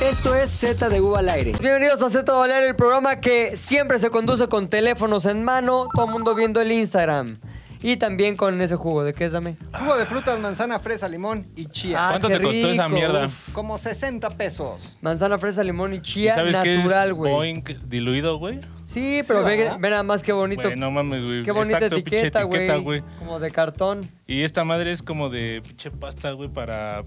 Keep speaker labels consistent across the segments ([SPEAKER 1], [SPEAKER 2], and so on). [SPEAKER 1] Esto es Z de U al aire.
[SPEAKER 2] Bienvenidos a Z de U al aire, el programa que siempre se conduce con teléfonos en mano, todo el mundo viendo el Instagram. Y también con ese jugo, ¿de qué es, dame?
[SPEAKER 3] Jugo de frutas, manzana, fresa, limón y chía.
[SPEAKER 2] Ah,
[SPEAKER 4] ¿Cuánto
[SPEAKER 2] qué
[SPEAKER 4] te costó esa
[SPEAKER 2] rico,
[SPEAKER 4] mierda?
[SPEAKER 2] uf.
[SPEAKER 3] Como 60 pesos.
[SPEAKER 2] Manzana, fresa, limón y
[SPEAKER 4] ¿Y
[SPEAKER 2] chía
[SPEAKER 4] ¿Sabes qué
[SPEAKER 2] natural,
[SPEAKER 4] es
[SPEAKER 2] güey.
[SPEAKER 4] Boeing diluido, güey?
[SPEAKER 2] Sí, pero
[SPEAKER 3] Sí,
[SPEAKER 2] ve,
[SPEAKER 3] ¿verdad?
[SPEAKER 2] ve nada más qué bonito.
[SPEAKER 4] Güey, no mames, güey.
[SPEAKER 2] qué bonita
[SPEAKER 4] Exacto, pinche
[SPEAKER 2] etiqueta,
[SPEAKER 4] etiqueta,
[SPEAKER 2] güey.
[SPEAKER 4] güey.
[SPEAKER 2] Como de cartón.
[SPEAKER 4] Y esta madre es como de pinche pasta, güey, para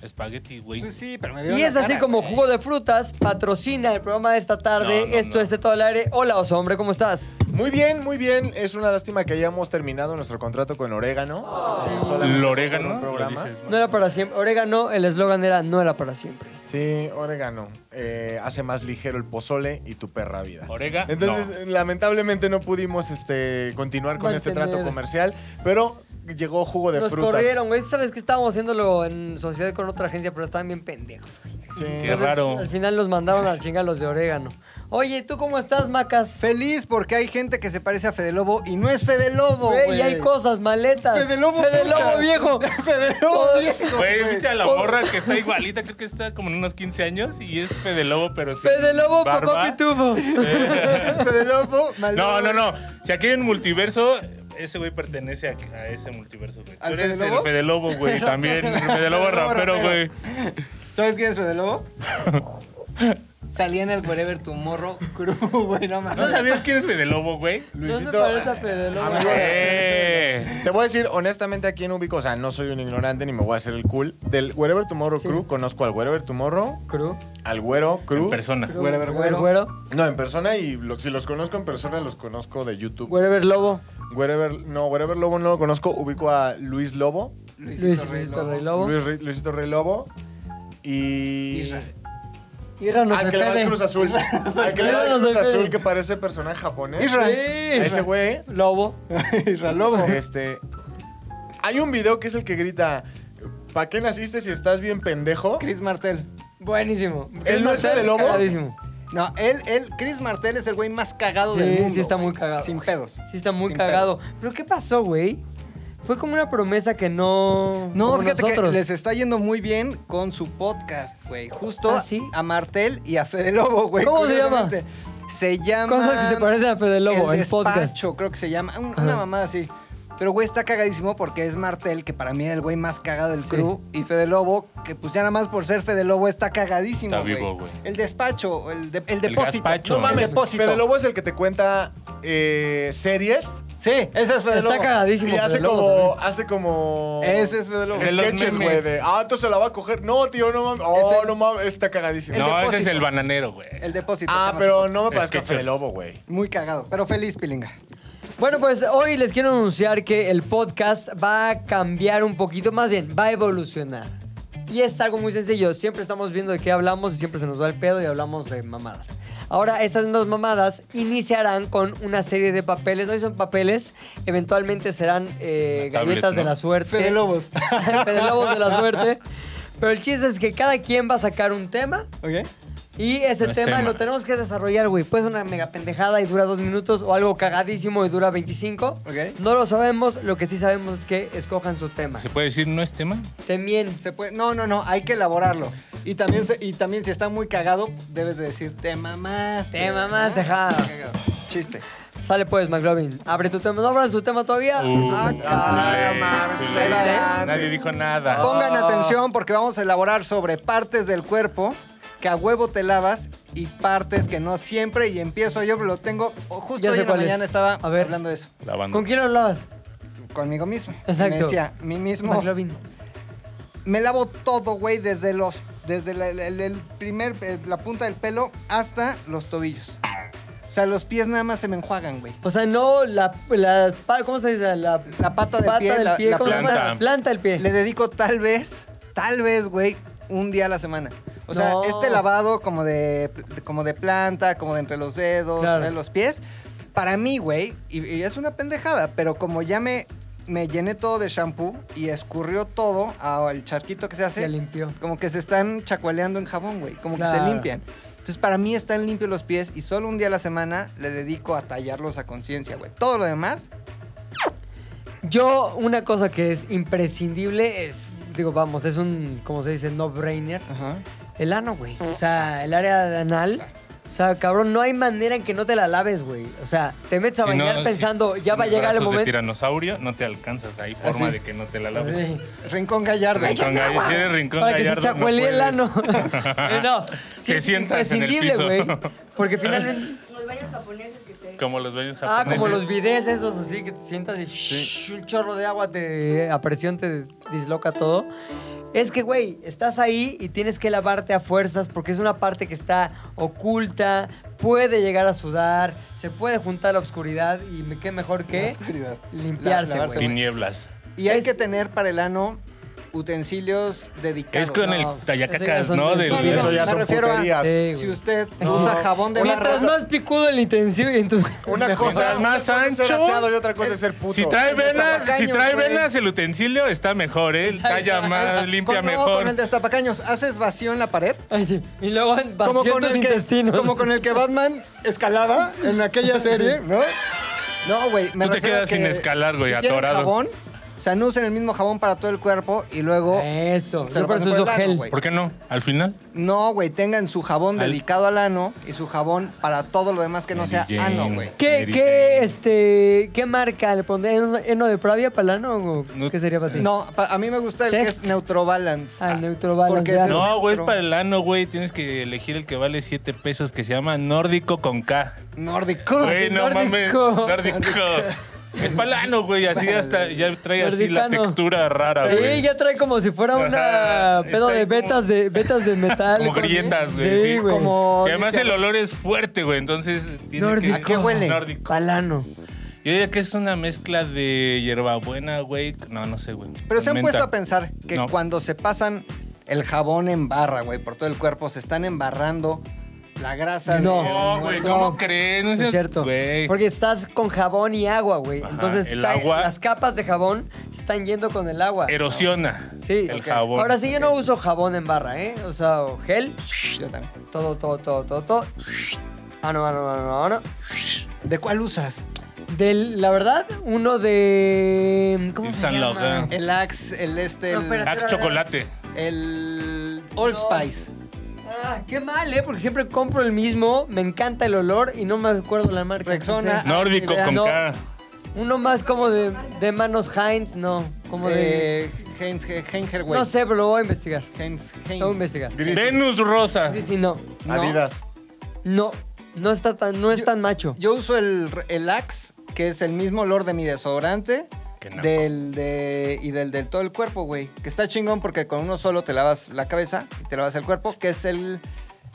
[SPEAKER 4] espagueti, güey.
[SPEAKER 3] Pues sí, pero me vieron
[SPEAKER 2] Y
[SPEAKER 3] la
[SPEAKER 2] es así
[SPEAKER 3] cara,
[SPEAKER 2] como
[SPEAKER 1] ¿eh?
[SPEAKER 3] güey.
[SPEAKER 2] jugo de frutas, patrocina el programa de esta tarde.
[SPEAKER 4] No, no,
[SPEAKER 2] Esto
[SPEAKER 4] no.
[SPEAKER 2] es de todo el aire. Hola, oso hombre, ¿cómo estás?
[SPEAKER 5] Muy bien, muy bien. Es una lástima que hayamos terminado nuestro contrato con Orégano. Sí, solamente
[SPEAKER 4] El
[SPEAKER 5] por
[SPEAKER 4] orégano.
[SPEAKER 5] un programa.
[SPEAKER 4] lo dices,
[SPEAKER 2] No era para siempre. Orégano, el eslogan era no era para siempre.
[SPEAKER 5] Sí, Orégano. eh, hace más ligero el pozole y tu perra vida.
[SPEAKER 4] Orega.
[SPEAKER 5] Entonces,
[SPEAKER 4] no.
[SPEAKER 5] eh, lamentablemente no pudimos este, continuar con este
[SPEAKER 2] Mantener.
[SPEAKER 5] trato comercial, pero llegó jugo de
[SPEAKER 2] Nos
[SPEAKER 5] frutas.
[SPEAKER 2] corrieron, güey. Sabes que estábamos haciéndolo en sociedad con otra agencia, pero estaban bien pendejos. güey.
[SPEAKER 5] Sí.
[SPEAKER 4] Qué raro.
[SPEAKER 2] Al final los mandaron a chingar los de orégano. Oye, ¿tú cómo estás, Macas?
[SPEAKER 3] Feliz porque hay gente que se parece a Fede Lobo y no es Fede Lobo,
[SPEAKER 2] Güey,
[SPEAKER 3] güey.
[SPEAKER 2] y hay cosas, maletas.
[SPEAKER 3] Fede Lobo,
[SPEAKER 2] Fede
[SPEAKER 3] pucha.
[SPEAKER 2] Lobo viejo.
[SPEAKER 3] Fede Lobo,
[SPEAKER 2] Todo-
[SPEAKER 3] viejo,
[SPEAKER 4] Güey, ¿viste a la
[SPEAKER 2] Por-
[SPEAKER 4] morra que está igualita? Creo que está como en unos 15 años y es Fede Lobo, pero sin
[SPEAKER 2] Fede Lobo,
[SPEAKER 4] barba.
[SPEAKER 2] papá pitufo.
[SPEAKER 3] Fede Lobo, mal
[SPEAKER 4] No,
[SPEAKER 3] lobo.
[SPEAKER 4] no, no. Si aquí hay un multiverso, ese güey pertenece a, a ese multiverso, güey. Tú
[SPEAKER 3] ¿Al
[SPEAKER 4] eres
[SPEAKER 3] Fede Lobo?
[SPEAKER 4] el Fede Lobo, güey. También el Fede Lobo rapero, güey.
[SPEAKER 3] ¿Sabes quién es Fede Lobo? Salía en el Wherever Tomorrow crew, güey, no mames.
[SPEAKER 4] ¿No sabías quién es Fede Lobo, güey?
[SPEAKER 2] No se parece a Fede Lobo.
[SPEAKER 5] Amigo.
[SPEAKER 4] ¡Eh!
[SPEAKER 5] Te voy a decir honestamente a quién ubico, o sea, no soy un ignorante ni me voy a hacer el cool. Del Wherever Tomorrow
[SPEAKER 2] Sí.
[SPEAKER 5] Crew, conozco al Wherever Tomorrow,
[SPEAKER 2] Cru.
[SPEAKER 5] al Güero Crew.
[SPEAKER 4] En persona.
[SPEAKER 2] cru,
[SPEAKER 3] Wherever,
[SPEAKER 2] güero,
[SPEAKER 3] güero.
[SPEAKER 2] güero.
[SPEAKER 5] No, en persona y los- si los conozco en persona, los conozco de YouTube.
[SPEAKER 2] Wherever Lobo.
[SPEAKER 5] Wherever, no, Wherever Lobo no lo conozco. Ubico a Luis Lobo.
[SPEAKER 3] Luisito
[SPEAKER 2] Luis
[SPEAKER 3] Rey
[SPEAKER 2] Luisito
[SPEAKER 3] Lobo.
[SPEAKER 2] Rey Lobo.
[SPEAKER 5] Luis Ri- Luisito Rey Lobo. Y. Ah,
[SPEAKER 3] Israel.
[SPEAKER 2] Irra nos
[SPEAKER 5] Al que le va el
[SPEAKER 2] defiende.
[SPEAKER 5] Cruz Azul. Al que le va
[SPEAKER 2] Israel.
[SPEAKER 5] el Cruz Azul,
[SPEAKER 2] Israel.
[SPEAKER 5] que parece personaje japonés.
[SPEAKER 2] Sí.
[SPEAKER 3] Israel.
[SPEAKER 5] A ese güey.
[SPEAKER 2] Lobo.
[SPEAKER 3] Israel Lobo.
[SPEAKER 5] Este. Hay un video que es el que grita: ¿Para qué naciste si estás bien pendejo?
[SPEAKER 3] Chris Martel.
[SPEAKER 2] Buenísimo.
[SPEAKER 5] ¿Él no es Fede Lobo?
[SPEAKER 2] Cagadísimo.
[SPEAKER 3] No, él, él, Chris Martel es el güey más cagado
[SPEAKER 2] Sí,
[SPEAKER 3] del mundo.
[SPEAKER 2] sí está muy
[SPEAKER 3] güey.
[SPEAKER 2] cagado,
[SPEAKER 3] Sin
[SPEAKER 2] güey.
[SPEAKER 3] pedos.
[SPEAKER 2] Sí, está muy
[SPEAKER 3] Sin
[SPEAKER 2] cagado. ¿Pero qué pasó, güey? Fue como una promesa que no.
[SPEAKER 3] No,
[SPEAKER 2] como
[SPEAKER 3] fíjate
[SPEAKER 2] nosotros.
[SPEAKER 3] que les está yendo muy bien con su podcast, güey. Justo
[SPEAKER 2] ¿Ah, sí?
[SPEAKER 3] a Martel y a Fede Lobo, güey.
[SPEAKER 2] ¿Cómo se
[SPEAKER 3] curiosamente. Se llama.
[SPEAKER 2] Cosas que se parecen a Fede Lobo
[SPEAKER 3] el
[SPEAKER 2] en podcast.
[SPEAKER 3] Despacho, creo que se llama. Un-
[SPEAKER 2] Ajá.
[SPEAKER 3] Una mamada así. Pero, güey, está cagadísimo porque es Martel, que para mí es el güey más cagado del
[SPEAKER 2] Sí.
[SPEAKER 3] crew. Y Fede Lobo, que pues ya nada más por ser Fede Lobo está cagadísimo.
[SPEAKER 4] Está vivo, güey.
[SPEAKER 3] El despacho, el, de- el depósito.
[SPEAKER 4] gazpacho.
[SPEAKER 3] No mames,
[SPEAKER 4] El
[SPEAKER 3] depósito.
[SPEAKER 5] Fede Lobo es el que te cuenta eh, series.
[SPEAKER 3] Sí, ese es Fede
[SPEAKER 2] Está
[SPEAKER 3] Lobo.
[SPEAKER 2] cagadísimo.
[SPEAKER 5] Y hace
[SPEAKER 2] Fede Lobo
[SPEAKER 5] como,
[SPEAKER 2] también.
[SPEAKER 5] hace como.
[SPEAKER 3] Ese es Fede Lobo.
[SPEAKER 4] De los
[SPEAKER 5] Sketches,
[SPEAKER 4] memes.
[SPEAKER 5] güey. de, ah, entonces la va a coger. No, tío, no mames. Oh,
[SPEAKER 3] Ese-
[SPEAKER 5] no mames. Está cagadísimo.
[SPEAKER 3] El
[SPEAKER 4] No,
[SPEAKER 3] depósito.
[SPEAKER 4] ese es el bananero, güey.
[SPEAKER 3] El depósito. se
[SPEAKER 5] Ah,
[SPEAKER 3] llama
[SPEAKER 5] pero
[SPEAKER 3] su
[SPEAKER 5] no me parezca
[SPEAKER 4] Sketchers.
[SPEAKER 5] Fede Lobo, güey.
[SPEAKER 3] Muy cagado, pero feliz, Pilinga.
[SPEAKER 2] Bueno, pues hoy les quiero anunciar que el podcast va a cambiar un poquito, más bien, va a evolucionar. Y es algo muy sencillo. Siempre estamos viendo de qué hablamos y siempre se nos va el pedo y hablamos de mamadas. Ahora, estas mismas mamadas iniciarán con una serie de papeles. Hoy son papeles, eventualmente serán eh,
[SPEAKER 4] Una tablet,
[SPEAKER 2] galletas de
[SPEAKER 4] ¿no?
[SPEAKER 2] la suerte.
[SPEAKER 3] Fede Lobos.
[SPEAKER 2] Fede Lobos de la suerte. Pero el chiste es que cada quien va a sacar un tema
[SPEAKER 3] ¿Ok?
[SPEAKER 2] y ese
[SPEAKER 4] No es
[SPEAKER 2] tema,
[SPEAKER 4] tema.
[SPEAKER 2] lo tenemos que desarrollar, güey. Puede ser una mega pendejada y dura dos minutos o algo cagadísimo y dura 25.
[SPEAKER 3] Ok.
[SPEAKER 2] No lo sabemos, lo que sí sabemos es que escojan su tema.
[SPEAKER 4] ¿Se puede decir no es tema?
[SPEAKER 2] También.
[SPEAKER 3] Se puede, no, no, no, hay que elaborarlo. Y también, se- y también si está muy cagado, debes de decir, te mamaste.
[SPEAKER 2] Te mamaste,
[SPEAKER 3] ¿no?
[SPEAKER 2] ja.
[SPEAKER 3] Cagado. Chiste.
[SPEAKER 2] Sale pues, McLovin. Abre tu tema. ¿No abran su tema todavía? Ah,
[SPEAKER 4] Uh,
[SPEAKER 3] Ah, caray,
[SPEAKER 4] sí,
[SPEAKER 5] mames,
[SPEAKER 4] sí,
[SPEAKER 5] sí,
[SPEAKER 3] sí.
[SPEAKER 4] Nadie dijo nada.
[SPEAKER 3] Pongan atención porque vamos a elaborar sobre partes del cuerpo que a huevo te lavas y partes que no siempre. Y empiezo yo, lo tengo, o justo
[SPEAKER 2] Ya
[SPEAKER 3] hoy
[SPEAKER 2] sé
[SPEAKER 3] en la
[SPEAKER 2] cuál es.
[SPEAKER 3] mañana estaba
[SPEAKER 2] A ver.
[SPEAKER 3] hablando de eso.
[SPEAKER 4] La banda.
[SPEAKER 2] ¿Con quién hablabas?
[SPEAKER 3] Conmigo mismo.
[SPEAKER 2] Exacto.
[SPEAKER 3] Me decía, mí mismo.
[SPEAKER 2] McLovin.
[SPEAKER 3] Me lavo todo, güey, desde los. Desde la, la- la- el primer, eh, la punta del pelo hasta los tobillos. O sea, los pies nada más se me enjuagan, güey.
[SPEAKER 2] O sea, no la, la pa- ¿cómo se dice? La,
[SPEAKER 3] La pata del pie,
[SPEAKER 2] del
[SPEAKER 3] la-
[SPEAKER 2] pie,
[SPEAKER 3] la
[SPEAKER 2] ¿cómo se llama?
[SPEAKER 4] planta.
[SPEAKER 2] La planta del pie.
[SPEAKER 3] Le dedico tal vez, tal vez, güey, un día a la semana. O sea,
[SPEAKER 2] No.
[SPEAKER 3] este lavado como de, como de planta, como de entre los dedos,
[SPEAKER 2] Claro.
[SPEAKER 3] eh, los pies, para mí, güey, y, y es una pendejada, pero como ya me, me llené todo de shampoo y escurrió todo al charquito que se hace,
[SPEAKER 2] Se limpió.
[SPEAKER 3] como que se están chacualeando en jabón, güey, como que
[SPEAKER 2] Claro.
[SPEAKER 3] se limpian. Entonces, para mí están limpios los pies y solo un día a la semana le dedico a tallarlos a conciencia, güey. Todo lo demás,
[SPEAKER 2] Yo, una cosa que es imprescindible es digo, vamos, es un, como se dice, no-brainer.
[SPEAKER 3] Ajá.
[SPEAKER 2] El ano, güey. O sea, el área de anal. O sea, cabrón, no hay manera en que no te la laves, güey. O sea, te metes a
[SPEAKER 4] Si no,
[SPEAKER 2] bañar
[SPEAKER 4] si-
[SPEAKER 2] pensando,
[SPEAKER 4] si
[SPEAKER 2] ya va a
[SPEAKER 4] los
[SPEAKER 2] llegar el
[SPEAKER 4] brazos de
[SPEAKER 2] momento.
[SPEAKER 4] tiranosaurio, no te alcanzas. Hay forma de que no te la laves.
[SPEAKER 2] Sí.
[SPEAKER 3] Rincón Gallardo.
[SPEAKER 4] Rincón Gallardo. Si eres Rincón
[SPEAKER 2] Para que se
[SPEAKER 4] Gallardo, no
[SPEAKER 2] chacuelee el
[SPEAKER 4] puedes.
[SPEAKER 2] ano. Eh, no, sí
[SPEAKER 4] Te
[SPEAKER 2] es
[SPEAKER 4] sientas en el
[SPEAKER 2] imprescindible,
[SPEAKER 4] piso.
[SPEAKER 2] güey. Porque finalmente.
[SPEAKER 6] Los baños japoneses que te...
[SPEAKER 4] Como los baños
[SPEAKER 2] Ah,
[SPEAKER 4] japoneses.
[SPEAKER 2] como los bidés esos, así que te sientas y shh, un chorro de agua te, a presión te disloca todo. Es que, güey, estás ahí y tienes que lavarte a fuerzas porque es una parte que está oculta, puede llegar a sudar, se puede juntar la oscuridad y me- qué mejor
[SPEAKER 3] La
[SPEAKER 2] que
[SPEAKER 3] oscuridad.
[SPEAKER 2] limpiarse,
[SPEAKER 3] La- lavarse,
[SPEAKER 2] güey.
[SPEAKER 4] Tinieblas.
[SPEAKER 3] ¿Eh? Y hay
[SPEAKER 2] Es-
[SPEAKER 3] que tener para el ano utensilios dedicados.
[SPEAKER 4] Es con
[SPEAKER 2] no,
[SPEAKER 4] el tallacacas,
[SPEAKER 2] eso ya son
[SPEAKER 4] ¿no?
[SPEAKER 2] de-
[SPEAKER 4] Del-
[SPEAKER 2] No, no,
[SPEAKER 5] Eso ya
[SPEAKER 3] me
[SPEAKER 5] son
[SPEAKER 3] refiero a-
[SPEAKER 5] puterías.
[SPEAKER 2] Sí.
[SPEAKER 3] Si usted
[SPEAKER 2] No.
[SPEAKER 3] usa jabón de barra.
[SPEAKER 2] Mientras más picudo el intensivo y en tu-
[SPEAKER 5] Una
[SPEAKER 2] mejor.
[SPEAKER 5] cosa, una
[SPEAKER 4] más
[SPEAKER 5] cosa es ser
[SPEAKER 4] ancho.
[SPEAKER 5] aseado y otra cosa es ser puto.
[SPEAKER 4] Si trae velas,
[SPEAKER 3] tapacaños,
[SPEAKER 4] si trae
[SPEAKER 3] güey.
[SPEAKER 4] velas el utensilio está mejor, ¿eh? Talla más, limpia
[SPEAKER 3] con, no,
[SPEAKER 4] mejor.
[SPEAKER 3] con el destapacaños, haces vacío en la pared.
[SPEAKER 2] Ay, sí. Y luego
[SPEAKER 3] Como
[SPEAKER 2] vaciando
[SPEAKER 3] con,
[SPEAKER 2] tus
[SPEAKER 3] el que,
[SPEAKER 2] intestinos.
[SPEAKER 3] como con el que Batman escalaba en aquella serie, ¿no? No, güey. me
[SPEAKER 4] Tú
[SPEAKER 3] refiero
[SPEAKER 4] te
[SPEAKER 3] a
[SPEAKER 4] quedas
[SPEAKER 3] que
[SPEAKER 4] sin escalar, güey,
[SPEAKER 3] si tienen
[SPEAKER 4] atorado.
[SPEAKER 3] jabón, o sea, no usen el mismo jabón para todo el cuerpo y luego...
[SPEAKER 2] Eh. Eso.
[SPEAKER 3] Se
[SPEAKER 2] Yo
[SPEAKER 3] lo
[SPEAKER 2] por
[SPEAKER 3] pasan
[SPEAKER 2] eso
[SPEAKER 3] por el
[SPEAKER 2] uso
[SPEAKER 3] ano,
[SPEAKER 2] gel.
[SPEAKER 3] güey.
[SPEAKER 4] ¿Por qué no? Al final.
[SPEAKER 3] No, güey, tengan su jabón
[SPEAKER 4] Al-
[SPEAKER 3] dedicado al ano y su jabón para todo lo demás que no
[SPEAKER 4] Mary
[SPEAKER 3] sea
[SPEAKER 4] Jane.
[SPEAKER 3] ano, güey.
[SPEAKER 2] ¿Qué,
[SPEAKER 4] Mary
[SPEAKER 2] qué,
[SPEAKER 4] Jane.
[SPEAKER 2] este, ¿Qué marca le pondré? ¿Eno, eno de Pravia Palano o
[SPEAKER 4] No-
[SPEAKER 2] qué sería para ti?
[SPEAKER 3] No, pa- a mí me gusta el que es
[SPEAKER 2] Zest.
[SPEAKER 3] Neutro Balance.
[SPEAKER 2] Ah, el neutro balance.
[SPEAKER 3] Porque es
[SPEAKER 2] ya.
[SPEAKER 3] el-
[SPEAKER 4] No, güey, es
[SPEAKER 3] pero-
[SPEAKER 4] para el ano, güey. Tienes que elegir el que vale 7 pesos, que se llama Nórdico con K.
[SPEAKER 3] Nórdico.
[SPEAKER 4] Güey, no mames.
[SPEAKER 2] Nórdico.
[SPEAKER 4] Nórdico. Es para el ano, güey. Así hasta ya trae así la
[SPEAKER 2] Nordicano.
[SPEAKER 4] textura rara,
[SPEAKER 2] Sí,
[SPEAKER 4] güey.
[SPEAKER 2] ya trae como si fuera una
[SPEAKER 4] Ajá,
[SPEAKER 2] pedo
[SPEAKER 4] está
[SPEAKER 2] de
[SPEAKER 4] ahí como-
[SPEAKER 2] vetas, de vetas de metal.
[SPEAKER 4] Como
[SPEAKER 2] cosas así.
[SPEAKER 4] grietas, güey. Sí,
[SPEAKER 2] güey.
[SPEAKER 3] como-
[SPEAKER 4] Y además el olor es fuerte, güey. Entonces tiene
[SPEAKER 2] Nórdico. ¿A
[SPEAKER 4] que...
[SPEAKER 2] qué huele?
[SPEAKER 4] Nórdico.
[SPEAKER 2] Palano.
[SPEAKER 4] Yo diría que es una mezcla de hierbabuena, güey. No, no sé, güey.
[SPEAKER 3] Pero se han
[SPEAKER 4] Menta.
[SPEAKER 3] puesto a pensar que
[SPEAKER 4] No.
[SPEAKER 3] cuando se pasan el jabón en barra, güey, por todo el cuerpo, se están embarrando la grasa. de-
[SPEAKER 2] No.
[SPEAKER 4] No, Oh, güey,
[SPEAKER 2] No.
[SPEAKER 4] ¿cómo crees? No
[SPEAKER 2] Es
[SPEAKER 4] seas-
[SPEAKER 2] cierto.
[SPEAKER 4] Güey.
[SPEAKER 2] Porque estás con jabón y agua, güey.
[SPEAKER 4] Ajá,
[SPEAKER 2] Entonces
[SPEAKER 4] el
[SPEAKER 2] está-
[SPEAKER 4] agua-
[SPEAKER 2] las capas de jabón se están yendo con el agua.
[SPEAKER 4] Erosiona
[SPEAKER 2] Sí.
[SPEAKER 4] el
[SPEAKER 2] Ok.
[SPEAKER 4] jabón. Ah,
[SPEAKER 2] Ahora sí, yo no uso jabón en barra, ¿eh? O sea, o gel.
[SPEAKER 3] Yo también.
[SPEAKER 2] Todo, todo, todo, todo, todo. Ah, no, ah, no, ah, no, ah, no.
[SPEAKER 3] ¿De cuál usas?
[SPEAKER 2] Del, la verdad, uno de. ¿Cómo
[SPEAKER 4] El
[SPEAKER 2] se
[SPEAKER 4] San
[SPEAKER 2] llama?
[SPEAKER 4] Logan.
[SPEAKER 3] El Axe, el este,
[SPEAKER 2] No,
[SPEAKER 3] el,
[SPEAKER 2] espérate.
[SPEAKER 4] Axe chocolate.
[SPEAKER 3] el Old
[SPEAKER 2] No.
[SPEAKER 3] Spice.
[SPEAKER 2] Ah, qué mal, ¿eh? Porque siempre compro el mismo, me encanta el olor y no me acuerdo la marca.
[SPEAKER 3] Rexona.
[SPEAKER 2] no
[SPEAKER 4] Nórdico
[SPEAKER 3] Ah,
[SPEAKER 4] con
[SPEAKER 2] no.
[SPEAKER 4] K.
[SPEAKER 2] sé. Uno más como de, de manos Heinz, no. Como de.
[SPEAKER 3] Eh, Heinz, He- Heinger, güey.
[SPEAKER 2] No sé, pero lo voy a investigar.
[SPEAKER 3] Heinz, Heinz.
[SPEAKER 2] Lo voy a investigar.
[SPEAKER 5] Gris.
[SPEAKER 4] Venus rosa.
[SPEAKER 2] Sí, sí, no. No,
[SPEAKER 5] Adidas.
[SPEAKER 2] No, no está tan, no es tan macho.
[SPEAKER 3] Yo uso el, el Axe, que es el mismo olor de mi desodorante.
[SPEAKER 4] Qué naco.
[SPEAKER 3] Del de. Y del, del todo el cuerpo, güey. Que está chingón porque con uno solo te lavas la cabeza y te lavas el cuerpo. Que es el.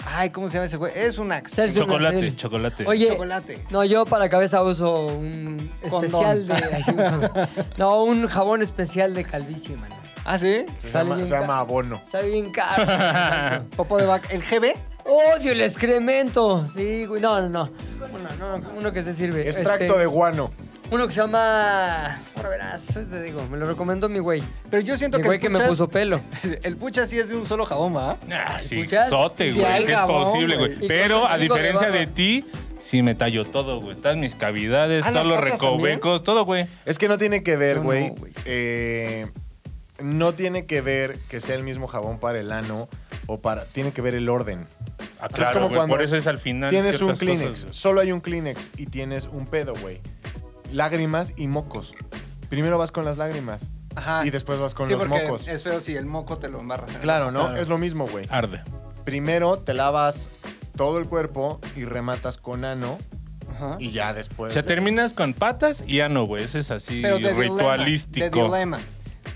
[SPEAKER 3] Ay, ¿cómo se llama ese güey? Es un Axe.
[SPEAKER 2] Celso
[SPEAKER 4] Chocolate,
[SPEAKER 2] Nacel.
[SPEAKER 4] chocolate.
[SPEAKER 2] Oye,
[SPEAKER 3] Chocolate.
[SPEAKER 2] no, yo para cabeza uso un
[SPEAKER 3] Condón.
[SPEAKER 2] especial de. así, un jabón. no, un jabón especial de calvicie, mano.
[SPEAKER 3] ¿Ah, sí?
[SPEAKER 5] Se
[SPEAKER 2] Sale
[SPEAKER 5] llama,
[SPEAKER 2] bien
[SPEAKER 5] se llama
[SPEAKER 2] ca-
[SPEAKER 5] abono.
[SPEAKER 2] Sabe bien caro.
[SPEAKER 3] Popo de vaca. El GB.
[SPEAKER 2] Odio el excremento. Sí, güey. No, no, no. Uno, no, no, uno que se sirve.
[SPEAKER 5] Extracto
[SPEAKER 2] Este,
[SPEAKER 5] de guano.
[SPEAKER 2] Uno que se llama. Ahora verás, te digo, me lo recomiendo mi güey.
[SPEAKER 3] Pero yo siento
[SPEAKER 2] Mi
[SPEAKER 3] que.
[SPEAKER 2] güey
[SPEAKER 3] el
[SPEAKER 2] que me
[SPEAKER 3] puchas-
[SPEAKER 2] puso pelo.
[SPEAKER 3] El pucha sí es de un solo jabón, ¿va?
[SPEAKER 4] Ah, sí,
[SPEAKER 2] ¿Escuchas?
[SPEAKER 4] sote,
[SPEAKER 3] Sí,
[SPEAKER 4] güey.
[SPEAKER 3] hay
[SPEAKER 4] sí es
[SPEAKER 3] jabón,
[SPEAKER 4] posible,
[SPEAKER 3] güey.
[SPEAKER 4] güey.
[SPEAKER 2] Y
[SPEAKER 4] Pero
[SPEAKER 2] con
[SPEAKER 4] a
[SPEAKER 2] el higo de
[SPEAKER 4] diferencia
[SPEAKER 2] barba.
[SPEAKER 4] de ti, sí me tallo todo, güey. Todas mis cavidades,
[SPEAKER 3] Ah,
[SPEAKER 4] todos
[SPEAKER 3] ¿las
[SPEAKER 4] los
[SPEAKER 3] patas
[SPEAKER 4] recovecos, todo, güey.
[SPEAKER 5] Es que no tiene que ver,
[SPEAKER 3] No,
[SPEAKER 5] güey.
[SPEAKER 3] no, güey.
[SPEAKER 5] eh, no tiene que ver que sea el mismo jabón para el ano o para. Tiene que ver el orden.
[SPEAKER 4] Ah,
[SPEAKER 5] es
[SPEAKER 4] claro,
[SPEAKER 5] como
[SPEAKER 4] güey,
[SPEAKER 5] cuando
[SPEAKER 4] Por eso es al final.
[SPEAKER 5] tienes un
[SPEAKER 4] ciertas
[SPEAKER 5] Kleenex,
[SPEAKER 4] cosas.
[SPEAKER 5] solo hay un Kleenex y tienes un pedo, güey. Lágrimas y mocos. Primero vas con las lágrimas
[SPEAKER 3] Ajá.
[SPEAKER 5] y después vas con
[SPEAKER 3] Ah, sí,
[SPEAKER 5] los
[SPEAKER 3] porque
[SPEAKER 5] mocos.
[SPEAKER 3] Es feo si el moco te lo embarras.
[SPEAKER 5] Claro, ¿no?
[SPEAKER 4] Claro.
[SPEAKER 5] Es lo mismo, güey.
[SPEAKER 4] Arde.
[SPEAKER 5] Primero te lavas todo el cuerpo y rematas con ano
[SPEAKER 3] Ajá.
[SPEAKER 5] y ya después.
[SPEAKER 4] O sea, terminas con patas y ano, güey. Ese es así
[SPEAKER 3] Pero de dilema,
[SPEAKER 4] ritualístico.
[SPEAKER 3] de dilema.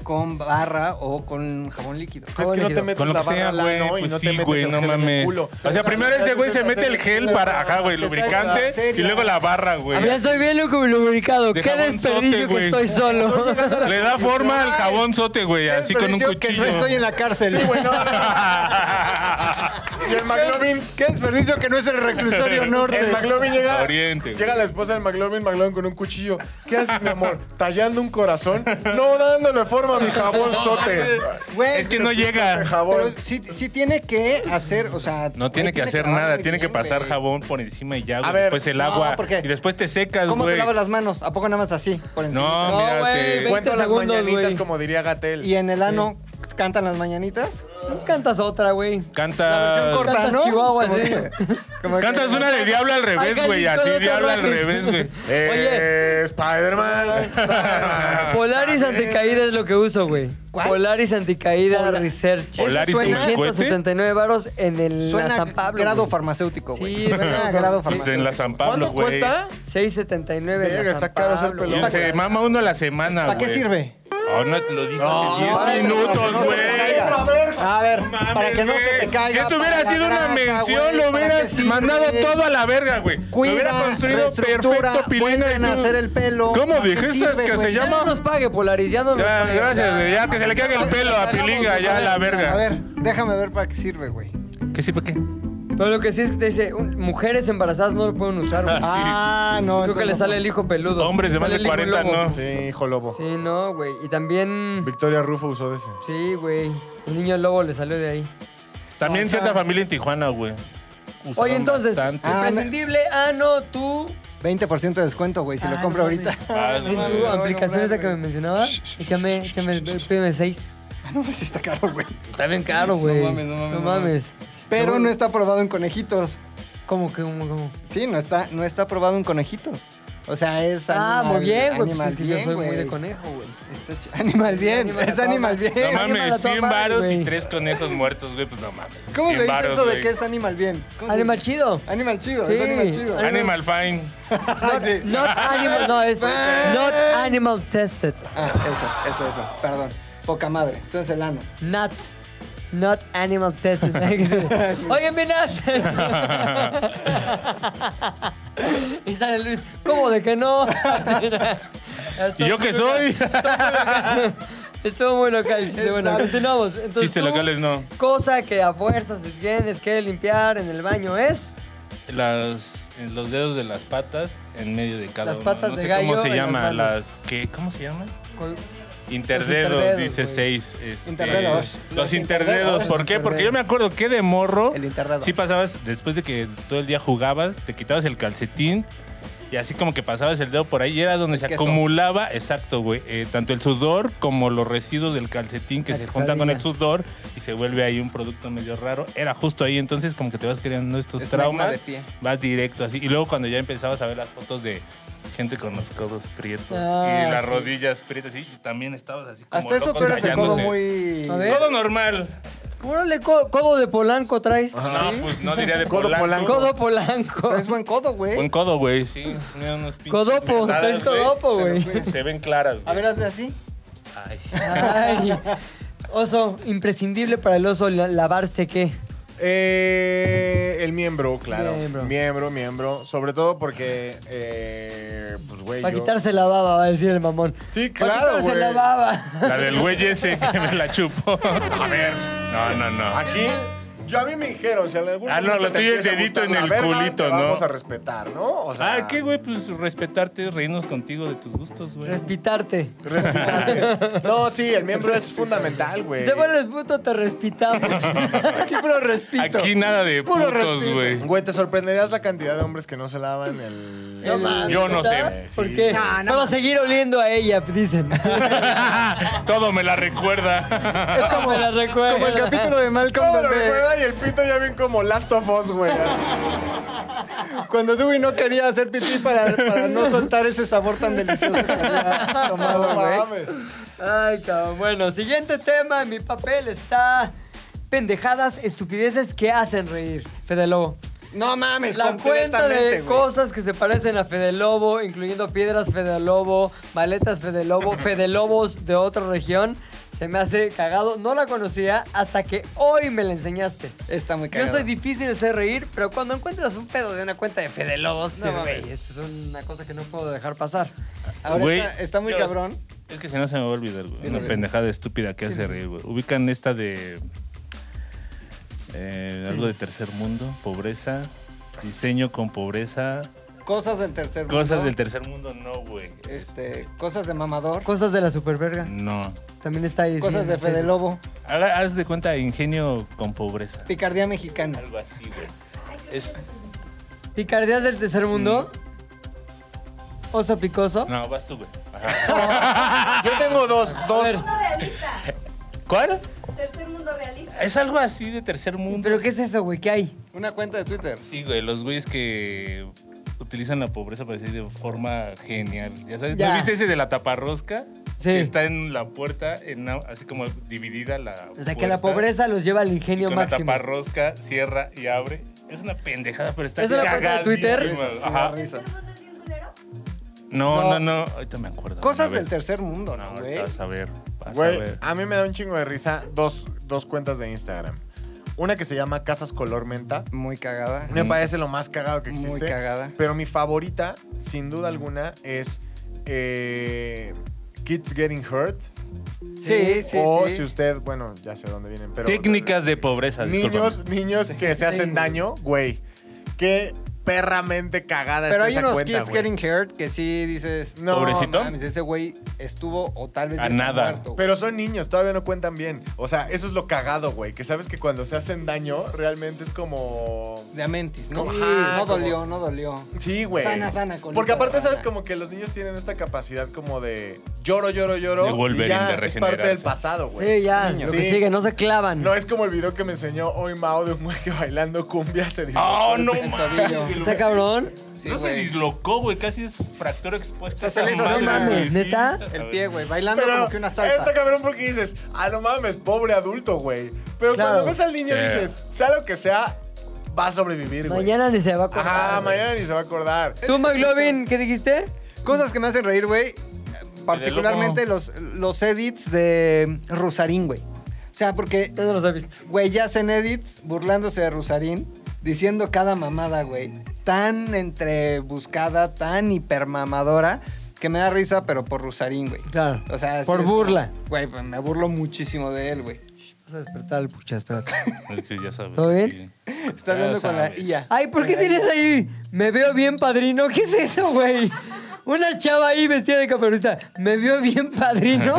[SPEAKER 3] Con barra o con jabón líquido.
[SPEAKER 5] Es que no te metes
[SPEAKER 4] Con lo
[SPEAKER 5] la
[SPEAKER 4] que sea,
[SPEAKER 5] barra al
[SPEAKER 4] güey.
[SPEAKER 5] ano y
[SPEAKER 4] Pues
[SPEAKER 5] no te
[SPEAKER 4] sí,
[SPEAKER 5] metes
[SPEAKER 4] güey,
[SPEAKER 5] el
[SPEAKER 4] no
[SPEAKER 5] gel en el
[SPEAKER 4] mames.
[SPEAKER 5] culo.
[SPEAKER 4] O sea, primero ese güey se mete el gel para, ajá, güey, lubricante y luego la barra, güey.
[SPEAKER 2] Ya soy bien lu- lubricado.
[SPEAKER 4] De
[SPEAKER 2] Qué
[SPEAKER 4] jabonzote,
[SPEAKER 2] desperdicio que
[SPEAKER 4] güey.
[SPEAKER 2] estoy solo.
[SPEAKER 4] Le da forma al
[SPEAKER 3] Ay,
[SPEAKER 4] jabón sote, güey, así con un
[SPEAKER 3] desperdicio que
[SPEAKER 4] cuchillo.
[SPEAKER 3] no estoy en la cárcel. Sí, bueno.
[SPEAKER 5] Y el McLovin.
[SPEAKER 3] Qué desperdicio que no es el reclusorio norte.
[SPEAKER 5] El McLovin llega.
[SPEAKER 4] Oriente, güey.
[SPEAKER 5] llega la esposa del McLovin, McLovin con un cuchillo. ¿Qué haces, mi amor? ¿Tallando un corazón? No, dándole forma a mi jabón sote.
[SPEAKER 3] Güey,
[SPEAKER 4] Es que no llega.
[SPEAKER 3] Pero
[SPEAKER 5] Jabón.
[SPEAKER 3] sí, sí tiene que hacer, o sea...
[SPEAKER 4] No
[SPEAKER 3] güey,
[SPEAKER 4] tiene que hacer
[SPEAKER 3] lavarle
[SPEAKER 4] nada, tiene que
[SPEAKER 3] bien,
[SPEAKER 4] pasar
[SPEAKER 3] güey.
[SPEAKER 4] jabón por encima y ya, güey.
[SPEAKER 5] ver,
[SPEAKER 4] Después el
[SPEAKER 3] no,
[SPEAKER 4] agua.
[SPEAKER 3] porque-
[SPEAKER 4] Y después te secas,
[SPEAKER 3] ¿Cómo te
[SPEAKER 4] güey.
[SPEAKER 3] lavas las manos? ¿A poco nada más así? Por encima.
[SPEAKER 4] No,
[SPEAKER 2] No,
[SPEAKER 4] mira,
[SPEAKER 2] güey,
[SPEAKER 4] te-
[SPEAKER 2] ve-
[SPEAKER 5] Cuento las
[SPEAKER 2] segundos,
[SPEAKER 5] mañanitas,
[SPEAKER 2] güey.
[SPEAKER 5] como diría Gatel.
[SPEAKER 3] Y en el ano, cantan las mañanitas.
[SPEAKER 2] Cantas otra, güey.
[SPEAKER 4] Cantas.
[SPEAKER 3] corta.
[SPEAKER 2] Cantas
[SPEAKER 3] ¿no?
[SPEAKER 2] Chihuahua,
[SPEAKER 3] Como
[SPEAKER 2] sí.
[SPEAKER 3] que- como que-
[SPEAKER 4] Ah. Cantas una de diablo al revés,
[SPEAKER 2] Ay,
[SPEAKER 4] güey. Así,
[SPEAKER 2] Galindo, no te
[SPEAKER 4] diablo al
[SPEAKER 2] rajes.
[SPEAKER 4] revés, güey.
[SPEAKER 2] Oye.
[SPEAKER 5] Eh, Spider-Man. Spider-Man.
[SPEAKER 2] Polaris anticaída es lo que uso, güey.
[SPEAKER 3] ¿Cuál?
[SPEAKER 2] Polaris anticaída
[SPEAKER 3] Pola-
[SPEAKER 2] Research.
[SPEAKER 4] Polaris,
[SPEAKER 3] suena-
[SPEAKER 4] tu cohete.
[SPEAKER 2] 179 varos en el la
[SPEAKER 3] Suena
[SPEAKER 2] San Pablo.
[SPEAKER 3] grado
[SPEAKER 2] güey.
[SPEAKER 3] farmacéutico, güey.
[SPEAKER 2] Sí,
[SPEAKER 3] suena
[SPEAKER 2] no,
[SPEAKER 3] a grado
[SPEAKER 2] sí.
[SPEAKER 4] Pues
[SPEAKER 3] farmacéutico.
[SPEAKER 4] en la San Pablo,
[SPEAKER 5] ¿Cuánto
[SPEAKER 4] güey.
[SPEAKER 5] cuesta?
[SPEAKER 2] 679 en la
[SPEAKER 5] Verga,
[SPEAKER 2] San
[SPEAKER 5] está caro ser
[SPEAKER 2] Pablo.
[SPEAKER 5] pelón.
[SPEAKER 4] Y se mama uno a la semana, güey.
[SPEAKER 3] ¿Para qué sirve?
[SPEAKER 4] Oh, no te lo digo hace
[SPEAKER 5] No,
[SPEAKER 4] 10
[SPEAKER 3] para que no
[SPEAKER 4] minutos,
[SPEAKER 3] se
[SPEAKER 4] güey.
[SPEAKER 3] te caiga.
[SPEAKER 5] A ver.
[SPEAKER 3] A ver,
[SPEAKER 4] No mames,
[SPEAKER 3] para que no se te
[SPEAKER 4] güey.
[SPEAKER 3] caiga.
[SPEAKER 4] Si esto hubiera
[SPEAKER 3] para la
[SPEAKER 4] sido una
[SPEAKER 3] grasa,
[SPEAKER 4] mención,
[SPEAKER 3] güey,
[SPEAKER 4] lo
[SPEAKER 3] ¿para
[SPEAKER 4] hubieras
[SPEAKER 3] qué sirve?
[SPEAKER 4] mandado todo a la verga, güey.
[SPEAKER 3] Cuida,
[SPEAKER 4] lo hubiera construido
[SPEAKER 3] reestructura,
[SPEAKER 4] perfecto, Pilina. y
[SPEAKER 3] vuelven a
[SPEAKER 4] tú-
[SPEAKER 3] hacer el pelo.
[SPEAKER 4] ¿Cómo
[SPEAKER 3] ¿Para qué
[SPEAKER 4] dijiste
[SPEAKER 3] sirve,
[SPEAKER 4] que se
[SPEAKER 3] güey?
[SPEAKER 2] Ya no
[SPEAKER 4] llama?
[SPEAKER 2] nos pague, Polaris, ya no nos
[SPEAKER 4] Ya,
[SPEAKER 2] pague.
[SPEAKER 4] gracias, güey. Ya que se le
[SPEAKER 3] Para
[SPEAKER 4] caiga el
[SPEAKER 3] que
[SPEAKER 4] pelo a
[SPEAKER 3] salgamos,
[SPEAKER 4] Pilinga,
[SPEAKER 3] güey,
[SPEAKER 4] ya a la
[SPEAKER 3] ver, A
[SPEAKER 4] verga.
[SPEAKER 3] ver, déjame ver para qué sirve, güey.
[SPEAKER 4] ¿Qué sirve qué?
[SPEAKER 2] Pero lo que sí es que te dice, un- mujeres embarazadas no lo pueden usar, güey.
[SPEAKER 4] Ah,
[SPEAKER 3] Ah, no.
[SPEAKER 2] Creo que le
[SPEAKER 3] entonces
[SPEAKER 2] sale
[SPEAKER 3] no.
[SPEAKER 2] el hijo peludo.
[SPEAKER 4] Hombres de
[SPEAKER 2] Le
[SPEAKER 4] más
[SPEAKER 2] sale
[SPEAKER 4] de
[SPEAKER 2] el hijo
[SPEAKER 4] 40
[SPEAKER 2] lobo.
[SPEAKER 4] no.
[SPEAKER 5] Sí, hijo lobo.
[SPEAKER 2] Sí, no, güey. Y también,
[SPEAKER 5] Victoria Rufo usó de ese.
[SPEAKER 2] sí, güey. El niño lobo le salió de ahí.
[SPEAKER 4] También
[SPEAKER 3] No,
[SPEAKER 4] cierta
[SPEAKER 3] o sea-
[SPEAKER 4] familia en Tijuana, güey. Usaron
[SPEAKER 2] Oye, entonces,
[SPEAKER 4] bastante.
[SPEAKER 3] Ah,
[SPEAKER 2] imprescindible. Ah, no, tú.
[SPEAKER 3] 20% de descuento, güey, si
[SPEAKER 2] Ah,
[SPEAKER 3] lo compro
[SPEAKER 2] no
[SPEAKER 3] ahorita.
[SPEAKER 4] Vas,
[SPEAKER 2] En
[SPEAKER 4] güey.
[SPEAKER 2] tu
[SPEAKER 3] no,
[SPEAKER 2] aplicación
[SPEAKER 3] no,
[SPEAKER 2] esa
[SPEAKER 3] no,
[SPEAKER 2] que me
[SPEAKER 3] güey.
[SPEAKER 2] mencionabas, échame, échame, pídeme seis.
[SPEAKER 3] Ah, no, sí está caro, güey.
[SPEAKER 2] Está bien caro, güey.
[SPEAKER 3] No mames, no mames,
[SPEAKER 2] No
[SPEAKER 3] no mames.
[SPEAKER 2] mames.
[SPEAKER 3] Pero
[SPEAKER 2] Según-
[SPEAKER 3] no está aprobado en conejitos.
[SPEAKER 2] ¿Cómo que, cómo, cómo?
[SPEAKER 3] Sí, no está, no está aprobado en conejitos. O sea, es
[SPEAKER 2] Ah,
[SPEAKER 3] animal-
[SPEAKER 2] muy bien, güey. Pues
[SPEAKER 3] animal
[SPEAKER 2] es que yo
[SPEAKER 3] bien,
[SPEAKER 2] soy muy
[SPEAKER 3] güey.
[SPEAKER 2] de conejo, güey.
[SPEAKER 3] Está ch- animal bien,
[SPEAKER 2] Animal a
[SPEAKER 3] es
[SPEAKER 2] toda
[SPEAKER 3] animal
[SPEAKER 2] madre.
[SPEAKER 3] bien.
[SPEAKER 4] No
[SPEAKER 2] Ay, mala
[SPEAKER 4] mames, 100
[SPEAKER 2] toma,
[SPEAKER 4] varos
[SPEAKER 2] güey.
[SPEAKER 4] y 3 conejos muertos, güey. Pues no mames.
[SPEAKER 3] ¿Cómo se
[SPEAKER 4] 100
[SPEAKER 3] dice
[SPEAKER 4] varos,
[SPEAKER 3] eso de
[SPEAKER 4] güey.
[SPEAKER 3] que es animal bien? ¿Cómo se
[SPEAKER 2] Animal
[SPEAKER 3] dice?
[SPEAKER 2] chido.
[SPEAKER 3] Animal chido,
[SPEAKER 2] Sí.
[SPEAKER 3] es animal chido.
[SPEAKER 2] Ani-
[SPEAKER 4] Animal Fine.
[SPEAKER 3] Ah,
[SPEAKER 2] Not, not animal, no, es not animal tested.
[SPEAKER 3] Ah, eso, eso, eso. Perdón. Poca madre. Entonces el ano.
[SPEAKER 2] Not. Not animal tested. Oye, mi Nat. y sale Luis. ¿Cómo de que no?
[SPEAKER 4] ¿Y yo qué soy?
[SPEAKER 2] Estuvo muy local, chiste bueno.
[SPEAKER 3] Exacto.
[SPEAKER 2] Continuamos. Entonces,
[SPEAKER 4] Chistes
[SPEAKER 2] tú,
[SPEAKER 4] locales no.
[SPEAKER 2] Cosa que a fuerzas tienes que limpiar en el baño es
[SPEAKER 4] Las, en los dedos de las patas en medio de cada
[SPEAKER 2] Las
[SPEAKER 4] uno.
[SPEAKER 2] patas
[SPEAKER 4] no
[SPEAKER 2] de
[SPEAKER 4] sé
[SPEAKER 2] gallo
[SPEAKER 4] cómo se
[SPEAKER 2] en las
[SPEAKER 4] llama.
[SPEAKER 2] manos.
[SPEAKER 4] Las, ¿qué? ¿Cómo se llama?
[SPEAKER 2] col-
[SPEAKER 4] Interdedos,
[SPEAKER 2] interdedos,
[SPEAKER 4] dice
[SPEAKER 2] güey.
[SPEAKER 4] seis. este,
[SPEAKER 3] Interdedos.
[SPEAKER 4] Los interdedos. ¿Por qué? Porque yo me acuerdo que de morro.
[SPEAKER 3] El interrado.
[SPEAKER 4] Sí pasabas, después de que todo el día jugabas, te quitabas el calcetín y así como que pasabas el dedo por ahí y era donde se
[SPEAKER 3] queso.
[SPEAKER 4] acumulaba, exacto, güey, eh, tanto el sudor como los residuos del calcetín que
[SPEAKER 2] La
[SPEAKER 4] se juntan con el
[SPEAKER 2] quesadilla.
[SPEAKER 4] sudor y se vuelve ahí un producto medio raro. Era justo ahí, entonces como que te vas creando estos
[SPEAKER 3] Es magma
[SPEAKER 4] traumas,
[SPEAKER 3] de pie.
[SPEAKER 4] vas directo así. Y luego cuando ya empezabas a ver las fotos de gente con los codos prietos
[SPEAKER 2] Ah,
[SPEAKER 4] y las
[SPEAKER 2] sí.
[SPEAKER 4] rodillas prietas, y también estabas así como
[SPEAKER 3] Hasta eso
[SPEAKER 4] loco
[SPEAKER 3] tú eres el codo
[SPEAKER 4] rayándote.
[SPEAKER 3] muy.
[SPEAKER 2] A ver.
[SPEAKER 4] Codo normal.
[SPEAKER 2] Órale, co- codo de polanco traes.
[SPEAKER 4] No, pues no diría de
[SPEAKER 5] Codo
[SPEAKER 4] polanco.
[SPEAKER 5] polanco.
[SPEAKER 2] Codo polanco.
[SPEAKER 3] Es buen codo,
[SPEAKER 4] Buen
[SPEAKER 3] güey.
[SPEAKER 4] codo, güey, sí. Mira unos pinches
[SPEAKER 2] Codopo,
[SPEAKER 4] pedadas,
[SPEAKER 2] traes codopo, güey.
[SPEAKER 4] güey. Se ven claras,
[SPEAKER 3] A
[SPEAKER 4] güey.
[SPEAKER 3] ver, hazle así.
[SPEAKER 4] Ay.
[SPEAKER 2] Ay. Oso, imprescindible para el oso la- lavarse qué.
[SPEAKER 5] Eh, el miembro, claro.
[SPEAKER 2] Miembro.
[SPEAKER 5] Miembro, miembro. Sobre todo porque, eh, pues, güey.
[SPEAKER 2] Para
[SPEAKER 5] yo-
[SPEAKER 2] quitarse la baba, va a decir el mamón.
[SPEAKER 5] Sí,
[SPEAKER 2] Para
[SPEAKER 5] claro,
[SPEAKER 2] quitarse
[SPEAKER 5] güey.
[SPEAKER 2] la baba.
[SPEAKER 4] La del güey ese que me la chupó. A ver. No, no, no.
[SPEAKER 5] Aquí, yo a mí me dijeron, si en algún
[SPEAKER 4] Ah, no,
[SPEAKER 5] momento
[SPEAKER 4] lo
[SPEAKER 5] te
[SPEAKER 4] tuyo es
[SPEAKER 5] empieza a
[SPEAKER 4] dedito
[SPEAKER 5] gustar
[SPEAKER 4] en
[SPEAKER 5] la
[SPEAKER 4] el
[SPEAKER 5] verga,
[SPEAKER 4] culito,
[SPEAKER 5] te
[SPEAKER 4] ¿no?
[SPEAKER 5] Vamos a respetar, ¿no? O sea,
[SPEAKER 4] Ah, qué, güey, pues respetarte, reírnos contigo de tus gustos, güey.
[SPEAKER 2] Respitarte.
[SPEAKER 5] Respetar. no, sí, el miembro es fundamental, güey.
[SPEAKER 2] Si te vuelves puto, te respitamos.
[SPEAKER 5] Aquí puro respeto.
[SPEAKER 4] Aquí nada de
[SPEAKER 5] Puro
[SPEAKER 4] putos,
[SPEAKER 5] respeto.
[SPEAKER 4] güey.
[SPEAKER 5] Güey, te sorprenderías la cantidad de hombres que no se lavan el.
[SPEAKER 2] No mames,
[SPEAKER 4] Yo no
[SPEAKER 2] ¿verdad?
[SPEAKER 5] sé.
[SPEAKER 2] ¿Por
[SPEAKER 5] Sí.
[SPEAKER 2] qué?
[SPEAKER 5] No,
[SPEAKER 2] para seguir oliendo a ella, dicen.
[SPEAKER 4] Todo me la recuerda.
[SPEAKER 2] Es como la recuerda.
[SPEAKER 3] Como el capítulo de Malcolm
[SPEAKER 5] ¿Cómo lo
[SPEAKER 3] donde
[SPEAKER 5] recuerda? Y el pito ya bien como Last of Us, güey.
[SPEAKER 3] cuando Dewey no quería hacer pipí para, para no soltar ese sabor tan delicioso que había tomado,
[SPEAKER 5] No
[SPEAKER 3] güey.
[SPEAKER 5] mames.
[SPEAKER 2] Ay, cabrón. Bueno, siguiente tema. En mi papel está pendejadas, estupideces que hacen reír. Fede Lobo.
[SPEAKER 3] No mames,
[SPEAKER 2] La cuenta
[SPEAKER 3] completamente,
[SPEAKER 2] de
[SPEAKER 3] güey.
[SPEAKER 2] cosas que se parecen a Fede Lobo, incluyendo piedras Fede Lobo, maletas Fede Lobo, Fede Lobos de otra región, se me hace cagado. No la conocía hasta que hoy me la enseñaste.
[SPEAKER 3] Está muy
[SPEAKER 2] Yo
[SPEAKER 3] cagado.
[SPEAKER 2] soy difícil de hacer reír, pero cuando encuentras un pedo de una cuenta de Fede Lobos, dices, güey, esto es una cosa que no puedo dejar pasar.
[SPEAKER 3] Ahora
[SPEAKER 4] Güey,
[SPEAKER 3] está, está muy
[SPEAKER 4] Dios.
[SPEAKER 3] cabrón.
[SPEAKER 4] Es que si no se me va a olvidar, güey.
[SPEAKER 3] Dime,
[SPEAKER 4] Una
[SPEAKER 3] dime.
[SPEAKER 4] pendejada estúpida que hace reír, güey. Ubican esta de. eh, algo de tercer mundo, pobreza, diseño con pobreza.
[SPEAKER 3] Cosas del tercer mundo.
[SPEAKER 4] Cosas del tercer mundo, no, güey.
[SPEAKER 3] Este, cosas de mamador.
[SPEAKER 2] Cosas de la superverga.
[SPEAKER 4] No.
[SPEAKER 2] También está ahí.
[SPEAKER 3] Cosas
[SPEAKER 2] sí,
[SPEAKER 3] de
[SPEAKER 2] en
[SPEAKER 3] Fede
[SPEAKER 2] Facebook.
[SPEAKER 3] Lobo.
[SPEAKER 4] Haga- Haz de cuenta ingenio con pobreza.
[SPEAKER 3] Picardía mexicana.
[SPEAKER 4] Algo así, güey. Es-
[SPEAKER 2] Picardías del tercer mundo.
[SPEAKER 3] Mm.
[SPEAKER 2] Oso picoso.
[SPEAKER 4] No, vas tú, güey. Ajá.
[SPEAKER 5] Yo tengo dos, dos.
[SPEAKER 6] realista.
[SPEAKER 4] ¿Cuál?
[SPEAKER 6] Tercer mundo realista.
[SPEAKER 4] Es algo así de tercer mundo.
[SPEAKER 2] ¿Pero qué es eso, güey? ¿Qué hay?
[SPEAKER 3] Una cuenta de Twitter.
[SPEAKER 4] Sí, güey, los güeyes que utilizan la pobreza para decir de forma genial. Ya sabes,
[SPEAKER 2] Ya.
[SPEAKER 4] ¿no viste ese de la taparrosca?
[SPEAKER 2] Sí.
[SPEAKER 4] Que está en la puerta, en una- así como dividida la
[SPEAKER 2] O sea, que la
[SPEAKER 4] puerta,
[SPEAKER 2] pobreza los lleva al
[SPEAKER 4] y
[SPEAKER 2] ingenio
[SPEAKER 4] con la
[SPEAKER 2] máximo.
[SPEAKER 4] taparrosca cierra y abre. Es una pendejada, pero está
[SPEAKER 2] ¿Es una cuenta de Twitter?
[SPEAKER 4] cagadísima.
[SPEAKER 3] Sí,
[SPEAKER 4] Pues, Ajá.
[SPEAKER 3] la risa.
[SPEAKER 6] ¿Tercer mundo es bien culero?
[SPEAKER 4] No, no, no, ahorita me acuerdo. A
[SPEAKER 3] Cosas
[SPEAKER 4] ver.
[SPEAKER 3] del tercer mundo,
[SPEAKER 4] No,
[SPEAKER 3] ¿no,
[SPEAKER 4] ahorita
[SPEAKER 3] güey?
[SPEAKER 4] vas a ver, vas a
[SPEAKER 5] Güey, ah,
[SPEAKER 4] ver.
[SPEAKER 5] a mí me da un chingo de risa dos, dos cuentas de Instagram. Una que se llama Casas Color Menta.
[SPEAKER 3] Muy cagada.
[SPEAKER 5] Me parece lo más cagado que
[SPEAKER 3] Muy
[SPEAKER 5] existe.
[SPEAKER 3] cagada.
[SPEAKER 5] Pero mi favorita, sin duda alguna, es eh, Kids Getting Hurt.
[SPEAKER 3] Sí, sí,
[SPEAKER 5] o
[SPEAKER 3] sí.
[SPEAKER 5] oh, si usted, bueno, ya sé dónde vienen, pero...
[SPEAKER 4] Técnicas de pobreza,
[SPEAKER 5] Niños,
[SPEAKER 4] discúlpame.
[SPEAKER 5] niños que se hacen daño, güey. Qué perramente cagada
[SPEAKER 3] Pero
[SPEAKER 5] está
[SPEAKER 3] hay
[SPEAKER 5] esa
[SPEAKER 3] unos
[SPEAKER 5] cuenta,
[SPEAKER 3] kids
[SPEAKER 5] güey.
[SPEAKER 3] getting hurt que sí dices, no,
[SPEAKER 4] Pobrecito.
[SPEAKER 3] mames, ese güey estuvo o tal vez ya
[SPEAKER 4] A
[SPEAKER 3] está
[SPEAKER 4] nada.
[SPEAKER 3] muerto, güey.
[SPEAKER 5] Pero son niños, todavía no cuentan bien. O sea, eso es lo cagado, güey. Que sabes que cuando se hacen daño, realmente es como...
[SPEAKER 3] de Amentis, ¿no?
[SPEAKER 5] Como-
[SPEAKER 3] Sí,
[SPEAKER 5] ajá,
[SPEAKER 3] no
[SPEAKER 5] como-
[SPEAKER 3] dolió, no dolió.
[SPEAKER 5] Sí, güey.
[SPEAKER 3] Sana, sana, colita
[SPEAKER 5] Porque aparte,
[SPEAKER 3] dorada.
[SPEAKER 5] sabes, como que los niños tienen esta capacidad como de lloro, lloro, lloro.
[SPEAKER 4] De Wolverine,
[SPEAKER 5] y ya
[SPEAKER 4] de
[SPEAKER 5] Es parte del
[SPEAKER 4] regenerarse.
[SPEAKER 5] pasado, güey.
[SPEAKER 2] Sí, ya, lo que
[SPEAKER 5] Sí.
[SPEAKER 2] sigue, no se clavan.
[SPEAKER 5] No es como el video que me enseñó hoy Mao de un güey que bailando cumbia se dice.
[SPEAKER 4] ¡Oh, no
[SPEAKER 3] El tobillo.
[SPEAKER 4] mames!
[SPEAKER 2] ¿Está cabrón?
[SPEAKER 3] Sí,
[SPEAKER 4] no se
[SPEAKER 3] güey.
[SPEAKER 4] dislocó, güey. Casi es fractura expuesta.
[SPEAKER 3] O sea, se
[SPEAKER 4] esa
[SPEAKER 3] le hizo así,
[SPEAKER 4] madre,
[SPEAKER 3] mames,
[SPEAKER 4] güey. Sí,
[SPEAKER 2] ¿neta?
[SPEAKER 4] está
[SPEAKER 3] El
[SPEAKER 4] cabrón.
[SPEAKER 3] pie, güey, bailando
[SPEAKER 5] Pero
[SPEAKER 3] como que una salsa.
[SPEAKER 5] está cabrón porque dices, ah, no mames, pobre adulto, güey. Pero
[SPEAKER 2] Claro.
[SPEAKER 5] cuando ves al niño
[SPEAKER 4] Sí.
[SPEAKER 5] dices, sea lo que sea, va a sobrevivir, güey.
[SPEAKER 2] Mañana ni se va a acordar.
[SPEAKER 5] Ajá,
[SPEAKER 2] güey.
[SPEAKER 5] mañana ni se va a acordar.
[SPEAKER 2] ¿Tú, McLovin, qué dijiste?
[SPEAKER 3] Cosas que me hacen reír, güey. Particularmente los, los edits de Rusarín, güey. O sea, porque,
[SPEAKER 2] Ya no los has visto.
[SPEAKER 3] güey, ya hacen edits burlándose de Rusarín, diciendo cada mamada, güey. Tan entrebuscada, tan hipermamadora, que me da risa, pero por Rusarín, güey.
[SPEAKER 2] Claro.
[SPEAKER 3] O sea, sí
[SPEAKER 2] Por
[SPEAKER 3] es como-
[SPEAKER 2] burla.
[SPEAKER 3] Güey, pues, me burlo muchísimo de él, güey.
[SPEAKER 2] Vas a despertar al pucha, espérate.
[SPEAKER 4] Es que ya sabes.
[SPEAKER 2] ¿Todo bien?
[SPEAKER 4] aquí.
[SPEAKER 3] Está
[SPEAKER 4] Ya
[SPEAKER 3] hablando con la
[SPEAKER 4] sabes.
[SPEAKER 3] IA.
[SPEAKER 2] Ay, ¿por qué tienes ahí? Me veo bien, padrino. ¿Qué es eso, güey? Una chava ahí vestida de caperucita. Me veo bien, padrino.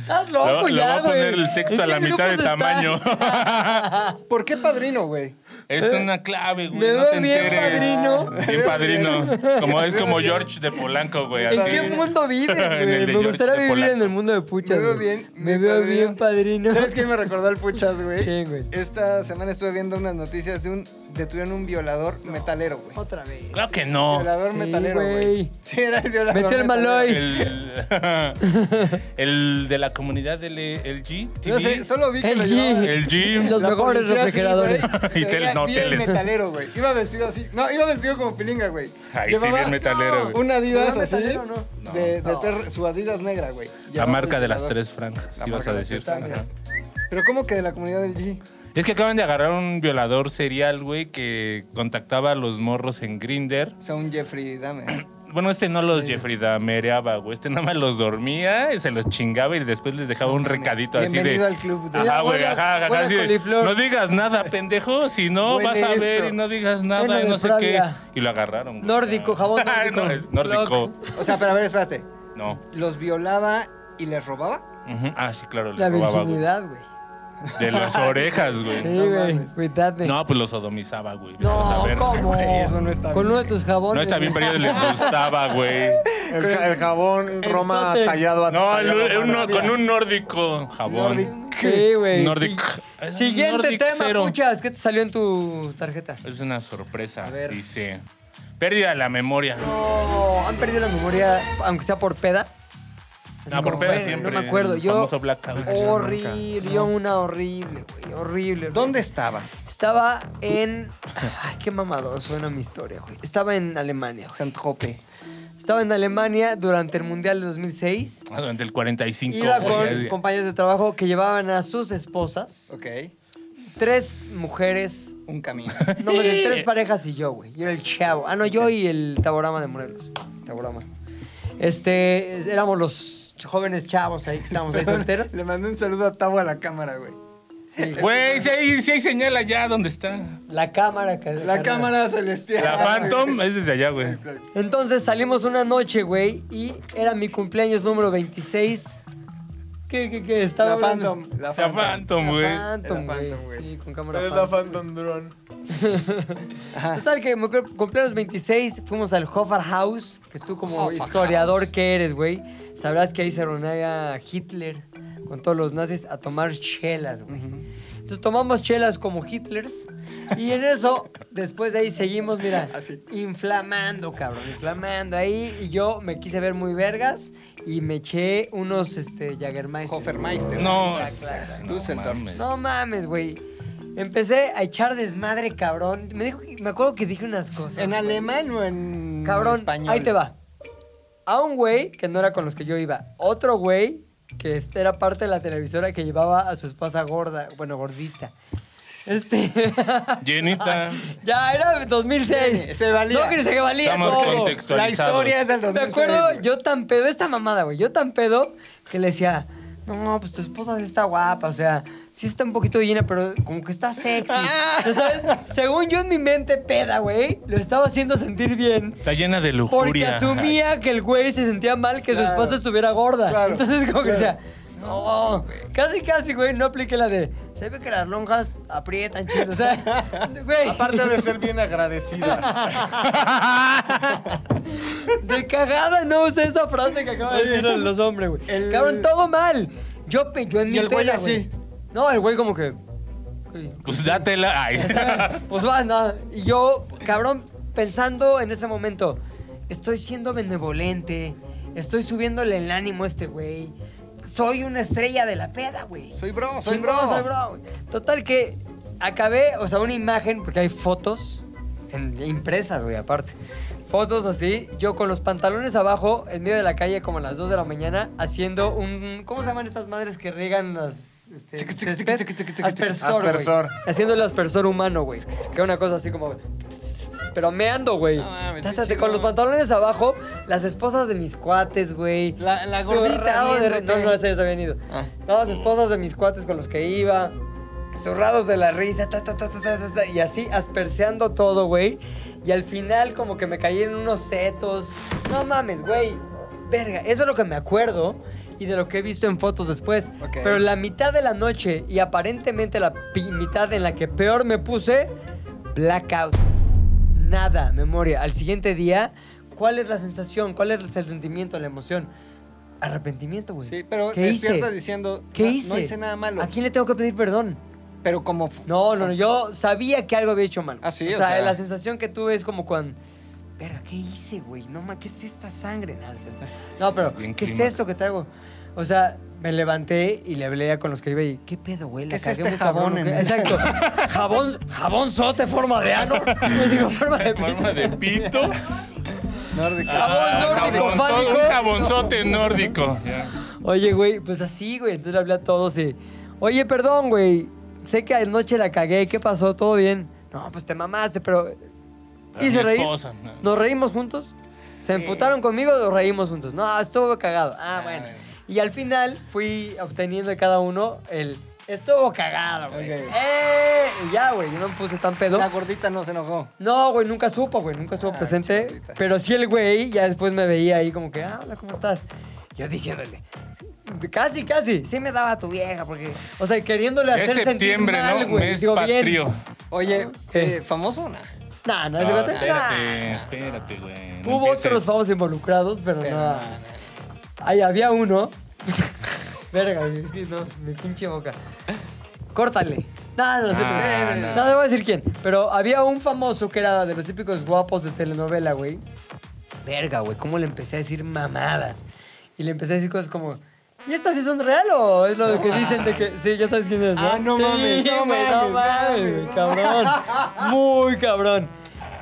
[SPEAKER 2] Estás
[SPEAKER 4] Lo-
[SPEAKER 2] loco
[SPEAKER 3] pues
[SPEAKER 4] le voy
[SPEAKER 2] ya,
[SPEAKER 4] a poner
[SPEAKER 2] güey.
[SPEAKER 4] el
[SPEAKER 2] ¿En
[SPEAKER 4] texto a
[SPEAKER 2] qué
[SPEAKER 4] la mitad de
[SPEAKER 2] grupos estás?
[SPEAKER 4] tamaño.
[SPEAKER 3] ¿Por qué padrino, güey?
[SPEAKER 4] Es una clave, güey.
[SPEAKER 2] Me
[SPEAKER 4] no
[SPEAKER 2] veo
[SPEAKER 4] te
[SPEAKER 2] bien,
[SPEAKER 4] enteres.
[SPEAKER 2] padrino.
[SPEAKER 4] Bien padrino. Como es como George de Polanco, güey.
[SPEAKER 2] ¿En
[SPEAKER 4] así.
[SPEAKER 2] qué mundo vives,
[SPEAKER 4] En el
[SPEAKER 2] güey?
[SPEAKER 4] de
[SPEAKER 2] Me gustaría
[SPEAKER 4] George de
[SPEAKER 2] vivir en
[SPEAKER 4] Polanco.
[SPEAKER 2] el mundo de pucha.
[SPEAKER 3] Me veo
[SPEAKER 2] güey.
[SPEAKER 3] bien,
[SPEAKER 2] Me
[SPEAKER 3] mi
[SPEAKER 2] veo
[SPEAKER 3] padrino.
[SPEAKER 2] bien, padrino.
[SPEAKER 3] ¿Sabes quién me recordó el puchas, güey?
[SPEAKER 2] ¿Quién, güey?
[SPEAKER 3] Esta semana estuve viendo unas noticias de un. Detuvieron un violador metalero, güey.
[SPEAKER 2] Otra vez.
[SPEAKER 4] Claro que no.
[SPEAKER 3] Violador
[SPEAKER 2] Oh, Sí,
[SPEAKER 3] metalero,
[SPEAKER 2] güey.
[SPEAKER 3] güey. Sí, era el violador.
[SPEAKER 2] Metió el
[SPEAKER 3] metalero.
[SPEAKER 2] Maloy.
[SPEAKER 4] El, el de la comunidad del LG.
[SPEAKER 3] No sé, solo vi que lo
[SPEAKER 2] El
[SPEAKER 3] llevaba-
[SPEAKER 2] G.
[SPEAKER 4] El G.
[SPEAKER 2] Los
[SPEAKER 3] la
[SPEAKER 2] mejores
[SPEAKER 3] policía así,
[SPEAKER 2] refrigeradores.
[SPEAKER 3] güey,
[SPEAKER 4] Y
[SPEAKER 3] se
[SPEAKER 4] tel-
[SPEAKER 3] veía
[SPEAKER 4] no,
[SPEAKER 3] bien
[SPEAKER 4] teles.
[SPEAKER 3] metalero, güey. Iba vestido así. No, iba vestido como pilinga, güey.
[SPEAKER 4] Ay, sí,
[SPEAKER 3] Llevaba
[SPEAKER 4] bien metalero, güey.
[SPEAKER 3] Una Adidas
[SPEAKER 2] ¿No era
[SPEAKER 3] así.
[SPEAKER 2] metalero o no?
[SPEAKER 3] De, de
[SPEAKER 2] No.
[SPEAKER 3] ter- su Adidas negra, güey.
[SPEAKER 4] La
[SPEAKER 3] Llevaba
[SPEAKER 4] marca
[SPEAKER 3] un
[SPEAKER 4] de las
[SPEAKER 3] violador.
[SPEAKER 4] tres franjas,
[SPEAKER 3] La
[SPEAKER 4] ibas
[SPEAKER 3] marca
[SPEAKER 4] a
[SPEAKER 3] de las
[SPEAKER 4] decir.
[SPEAKER 3] tres franjas.
[SPEAKER 4] Ajá.
[SPEAKER 3] Pero ¿cómo que de la comunidad del G?
[SPEAKER 4] Es que acaban de agarrar un violador serial, güey, que contactaba a los morros en Grinder.
[SPEAKER 3] O sea, un Jeffrey Dahmer.
[SPEAKER 4] Bueno, este no los Jeffrey Dahmereaba, güey. Este nada más los dormía, y se los chingaba y después les dejaba un recadito así de...
[SPEAKER 3] Bienvenido al club. de-
[SPEAKER 4] Ajá, güey,
[SPEAKER 2] Buena-
[SPEAKER 4] ajá, ajá,
[SPEAKER 2] buena
[SPEAKER 4] así de,
[SPEAKER 2] coliflor.
[SPEAKER 4] No digas nada, pendejo. Si no,
[SPEAKER 3] Huele
[SPEAKER 4] vas a ver
[SPEAKER 3] esto.
[SPEAKER 4] y no digas
[SPEAKER 2] Lleno
[SPEAKER 4] nada,
[SPEAKER 2] de
[SPEAKER 4] y no sé qué.
[SPEAKER 2] Pravia.
[SPEAKER 4] Y lo agarraron. güey.
[SPEAKER 2] Nórdico, jabón
[SPEAKER 4] Ay, no,
[SPEAKER 2] nórdico.
[SPEAKER 4] es nórdico.
[SPEAKER 3] O sea, pero a ver, espérate.
[SPEAKER 4] No.
[SPEAKER 3] ¿Los violaba y les robaba?
[SPEAKER 4] Ujú. Ah, sí, claro, le
[SPEAKER 2] La
[SPEAKER 4] robaba, güey.
[SPEAKER 2] virginidad, güey.
[SPEAKER 4] De las orejas, güey.
[SPEAKER 2] Sí,
[SPEAKER 3] No
[SPEAKER 2] güey.
[SPEAKER 3] mames.
[SPEAKER 2] Cuídate.
[SPEAKER 4] No, pues lo sodomizaba, güey. vete a
[SPEAKER 2] Este. No,
[SPEAKER 4] saber,
[SPEAKER 2] ¿cómo?
[SPEAKER 4] güey.
[SPEAKER 3] eso no está
[SPEAKER 2] Con
[SPEAKER 3] bien.
[SPEAKER 2] uno de tus jabones.
[SPEAKER 4] No está bien,
[SPEAKER 2] güey.
[SPEAKER 4] pero a ellos les gustaba, güey.
[SPEAKER 5] El, ja- el jabón
[SPEAKER 2] El
[SPEAKER 5] Roma
[SPEAKER 2] sote.
[SPEAKER 5] tallado a
[SPEAKER 4] No, el-
[SPEAKER 5] tallado a
[SPEAKER 4] el-
[SPEAKER 5] mano.
[SPEAKER 4] uno- con un nórdico jabón.
[SPEAKER 2] Sí, güey.
[SPEAKER 4] Nordic.
[SPEAKER 2] Sí.
[SPEAKER 4] Es
[SPEAKER 2] Siguiente
[SPEAKER 4] Nordic
[SPEAKER 2] tema,
[SPEAKER 4] cero.
[SPEAKER 2] puchas. ¿Qué te salió en tu tarjeta?
[SPEAKER 4] Es una sorpresa,
[SPEAKER 2] A ver.
[SPEAKER 4] dice. Pérdida de la memoria.
[SPEAKER 2] No, han perdido la memoria, aunque sea por peda. Así
[SPEAKER 4] No, por
[SPEAKER 2] como,
[SPEAKER 4] peda
[SPEAKER 2] güey,
[SPEAKER 4] siempre,
[SPEAKER 2] No me acuerdo.
[SPEAKER 4] el
[SPEAKER 2] Yo.
[SPEAKER 4] famoso blackout.
[SPEAKER 2] Horrible. Yo una horrible, güey. Horrible. horrible.
[SPEAKER 3] ¿Dónde estabas?
[SPEAKER 2] Estaba en. Ay, qué mamador suena mi historia, güey. Estaba en Alemania, güey.
[SPEAKER 3] San Jope.
[SPEAKER 2] Estaba en Alemania durante el Mundial de 2006.
[SPEAKER 4] Ah, Durante el 45.
[SPEAKER 2] Iba
[SPEAKER 4] güey,
[SPEAKER 2] con
[SPEAKER 4] así.
[SPEAKER 2] compañeros de trabajo que llevaban a sus esposas.
[SPEAKER 3] Ok.
[SPEAKER 2] Tres mujeres
[SPEAKER 3] Un camino.
[SPEAKER 2] No, pues de tres parejas y yo, güey. Yo era el chavo. Ah, no, yo y el Taborama de Morelos. Taborama. Este, éramos los jóvenes chavos ahí que estábamos ahí solteros.
[SPEAKER 3] Le mandé un saludo a Tavo a la cámara, güey.
[SPEAKER 2] Sí, güey.
[SPEAKER 4] Güey, si hay, si hay señal allá donde está.
[SPEAKER 2] la cámara. ca-
[SPEAKER 3] La
[SPEAKER 2] carnal.
[SPEAKER 3] cámara celestial.
[SPEAKER 4] La Phantom es desde allá, güey.
[SPEAKER 2] Entonces salimos una noche, güey, y era mi cumpleaños número 26. ¿Qué, qué, qué? Estaba
[SPEAKER 3] La
[SPEAKER 2] hablando-
[SPEAKER 3] Phantom. La
[SPEAKER 4] La
[SPEAKER 3] Phantom.
[SPEAKER 4] Phantom,
[SPEAKER 2] La
[SPEAKER 4] güey.
[SPEAKER 2] Phantom,
[SPEAKER 3] Era
[SPEAKER 2] güey.
[SPEAKER 3] Phantom, güey.
[SPEAKER 2] Sí, con cámara
[SPEAKER 5] Es la
[SPEAKER 2] Phantom.
[SPEAKER 5] Phantom Drone.
[SPEAKER 2] Total, que me cu- cumpleaños 26, fuimos al Hoffer House, que tú como historiador que eres, güey, sabrás que ahí se reunía Hitler, con todos los nazis a tomar chelas, güey. Entonces tomamos chelas como Hitlers y en eso, después de ahí seguimos, mira,
[SPEAKER 3] Así.
[SPEAKER 2] inflamando, cabrón, inflamando ahí. Y yo me quise ver muy vergas y me eché unos, este, Jagermeister.
[SPEAKER 3] Hofermeister.
[SPEAKER 4] No,
[SPEAKER 2] Claro, claro.
[SPEAKER 4] no
[SPEAKER 3] Düsseldorf.
[SPEAKER 4] mames.
[SPEAKER 2] No mames, güey. Empecé a echar desmadre, cabrón. Me, dijo, que- me acuerdo que dije unas cosas.
[SPEAKER 3] ¿En
[SPEAKER 2] güey.
[SPEAKER 3] alemán o en
[SPEAKER 2] Cabrón,
[SPEAKER 3] español?
[SPEAKER 2] ahí te va. A un güey, que no era con los que yo iba, otro güey, que este era parte de la televisora que llevaba a su esposa gorda, bueno, gordita. Este.
[SPEAKER 4] Llenita.
[SPEAKER 2] ya, era 2006.
[SPEAKER 3] Se valía.
[SPEAKER 2] No, que se que valía.
[SPEAKER 4] Estamos
[SPEAKER 2] todo.
[SPEAKER 4] contexto-
[SPEAKER 3] La historia es del
[SPEAKER 2] Me
[SPEAKER 3] 2006.
[SPEAKER 2] acuerdo,
[SPEAKER 3] güey.
[SPEAKER 2] yo tan pedo, esta mamada, güey. Yo tan pedo que le decía, no, pues tu esposa sí está guapa, o sea, sí está un poquito llena, pero como que está sexy. Ya sabes, según yo en mi mente peda, güey, lo estaba haciendo sentir bien.
[SPEAKER 4] Está llena de
[SPEAKER 2] Porque
[SPEAKER 4] lujuria.
[SPEAKER 2] asumía que el güey se sentía mal que su
[SPEAKER 3] Claro.
[SPEAKER 2] esposa estuviera gorda.
[SPEAKER 3] Claro,
[SPEAKER 2] Entonces, como que decía,
[SPEAKER 3] claro.
[SPEAKER 2] no, casi, casi, güey, no apliqué la de, se ve que las lonjas aprietan chido. O sea, güey.
[SPEAKER 5] Aparte de ser bien agradecida.
[SPEAKER 2] De cagada no usé esa frase que acaba de decir a los hombres, güey.
[SPEAKER 3] El-
[SPEAKER 2] Cabrón, todo mal. Yo, pe- yo en
[SPEAKER 3] Y
[SPEAKER 2] mi
[SPEAKER 3] el güey
[SPEAKER 2] peda,
[SPEAKER 3] así.
[SPEAKER 2] No, el güey como que... "Ey,
[SPEAKER 4] Pues dátela. Ay.
[SPEAKER 2] Pues va, nada. Y yo, cabrón, pensando en ese momento, estoy siendo benevolente, estoy subiéndole el ánimo a este güey. Soy una estrella de la peda, güey.
[SPEAKER 3] Soy bro, soy
[SPEAKER 2] Sí,
[SPEAKER 3] bro.
[SPEAKER 2] Soy bro, güey. Total que acabé, o sea, una imagen, porque hay fotos en- impresas, güey, aparte. Fotos así, yo con los pantalones abajo, en medio de la calle, como a las 2 de la mañana, haciendo un. ¿Cómo se llaman estas madres que riegan las. este,
[SPEAKER 3] Tiki, tiki,
[SPEAKER 2] césped?
[SPEAKER 3] tiki, tiki, tiki,
[SPEAKER 2] Aspersor. güey.
[SPEAKER 5] aspersor.
[SPEAKER 2] Haciendo el aspersor humano, güey. Que era una cosa así como. Pero me ando, güey.
[SPEAKER 3] No mames,
[SPEAKER 2] Tástate
[SPEAKER 3] qué chido.
[SPEAKER 2] con los pantalones abajo, las esposas de mis cuates, güey.
[SPEAKER 3] La- la gordita
[SPEAKER 2] Zurrado ah, de-
[SPEAKER 3] viéndote.
[SPEAKER 2] No, no, ese ya habían ido.
[SPEAKER 3] Ah.
[SPEAKER 2] No, las esposas de mis cuates con los que iba. Zurrados de la risa, ta, ta, ta, ta, ta, ta, ta, y así asperseando todo, güey. Y al final como que me caí en unos setos. No mames, güey. Verga, eso es lo que me acuerdo y de lo que he visto en fotos después.
[SPEAKER 3] Ok.
[SPEAKER 2] Pero la mitad de la noche y aparentemente la pi- mitad en la que peor me puse, blackout. Nada, memoria. Al siguiente día, ¿cuál es la sensación? ¿Cuál es el sentimiento, la emoción? Arrepentimiento, güey.
[SPEAKER 3] Sí, pero
[SPEAKER 2] ¿Qué hice?
[SPEAKER 3] despiertas diciendo,
[SPEAKER 2] ¿Qué
[SPEAKER 3] "No-
[SPEAKER 2] hice?
[SPEAKER 3] No hice nada malo.
[SPEAKER 2] ¿A quién le tengo que pedir perdón?
[SPEAKER 3] Pero como... f-
[SPEAKER 2] No, no, no, yo sabía que algo había hecho mal.
[SPEAKER 3] Ah, sí,
[SPEAKER 2] o,
[SPEAKER 3] o
[SPEAKER 2] sea,
[SPEAKER 3] sea.
[SPEAKER 2] la sensación que tuve es como cuando. Verga, ¿qué hice, güey? No ma, ¿qué es esta sangre? Nada, es cierto. No, pero,
[SPEAKER 4] Bien
[SPEAKER 2] ¿qué es
[SPEAKER 4] clímax.
[SPEAKER 2] esto que traigo? O sea, me levanté y le hablé a con los que iba y, ¿qué pedo, güey? La
[SPEAKER 3] ¿Qué es
[SPEAKER 2] cagué
[SPEAKER 3] este
[SPEAKER 2] muy cabrón,
[SPEAKER 3] jabón
[SPEAKER 2] ¿o
[SPEAKER 3] en
[SPEAKER 2] qué?"
[SPEAKER 3] el-
[SPEAKER 2] Exacto. jabón, jabón sote, forma de ano. Digo, forma de pito.
[SPEAKER 4] Forma de pito.
[SPEAKER 3] Nórdico.
[SPEAKER 2] Jabón nórdico,
[SPEAKER 4] jabonzo-
[SPEAKER 2] fálico.
[SPEAKER 4] Ah, Un jabonzote nórdico. Ya.
[SPEAKER 2] Oye, güey, pues así, güey. Entonces le hablé a todos y. Oye, perdón, güey. Sé que anoche la cagué. ¿Qué pasó? ¿Todo bien? No, pues te mamaste, pero.
[SPEAKER 4] A
[SPEAKER 2] ¿Y se
[SPEAKER 4] mi
[SPEAKER 2] reír?
[SPEAKER 4] esposa, no.
[SPEAKER 2] ¿Nos reímos juntos? ¿Se emputaron conmigo o nos reímos juntos? No, estuvo cagado. Ah, bueno. Y al final fui obteniendo de cada uno el. Estuvo cagado, güey.
[SPEAKER 3] Ok.
[SPEAKER 2] ¡Eh! Y ya, güey. Yo no me puse tan pedo.
[SPEAKER 3] La gordita no se enojó.
[SPEAKER 2] No, güey, nunca supo, güey, nunca estuvo presente. Pero sí el güey ya después me veía ahí como que, ah, hola, ¿cómo estás? Yo diciéndole, casi, casi, sí me daba tu vieja, porque, o sea, queriéndole
[SPEAKER 4] Es
[SPEAKER 2] hacer sentir
[SPEAKER 4] septiembre,
[SPEAKER 2] mal,
[SPEAKER 4] ¿no?
[SPEAKER 2] güey.
[SPEAKER 4] Mes
[SPEAKER 2] Digo, bien.
[SPEAKER 4] patrio.
[SPEAKER 2] Ah,
[SPEAKER 3] Oye,
[SPEAKER 2] ¿Qué?
[SPEAKER 3] eh, ¿famoso o no?
[SPEAKER 2] No, no,
[SPEAKER 4] No,
[SPEAKER 2] ese vato-
[SPEAKER 4] Ah, espérate, espérate, güey.
[SPEAKER 2] nah.
[SPEAKER 4] No
[SPEAKER 2] Ah. Hubo
[SPEAKER 4] empieces.
[SPEAKER 2] otros famosos involucrados, pero,
[SPEAKER 3] Pero
[SPEAKER 2] no.
[SPEAKER 3] no, no.
[SPEAKER 2] Ahí había uno. Verga, güey, es que no, mi pinche boca. Córtale. No, no, sé,
[SPEAKER 4] Ah,
[SPEAKER 2] no,
[SPEAKER 4] no.
[SPEAKER 2] no debo decir quién. Pero había un famoso que era de los típicos guapos de telenovela, güey. Verga, güey, cómo le empecé a decir mamadas. Y le empecé a decir cosas como, ¿y estas sí son real o es lo de que dicen de que... Sí, ya sabes quién es, ¿no?
[SPEAKER 3] Ah, no
[SPEAKER 2] Sí,
[SPEAKER 3] mames, no
[SPEAKER 2] güey,
[SPEAKER 3] mames, no
[SPEAKER 2] mames,
[SPEAKER 3] mames, no
[SPEAKER 2] cabrón. Muy cabrón.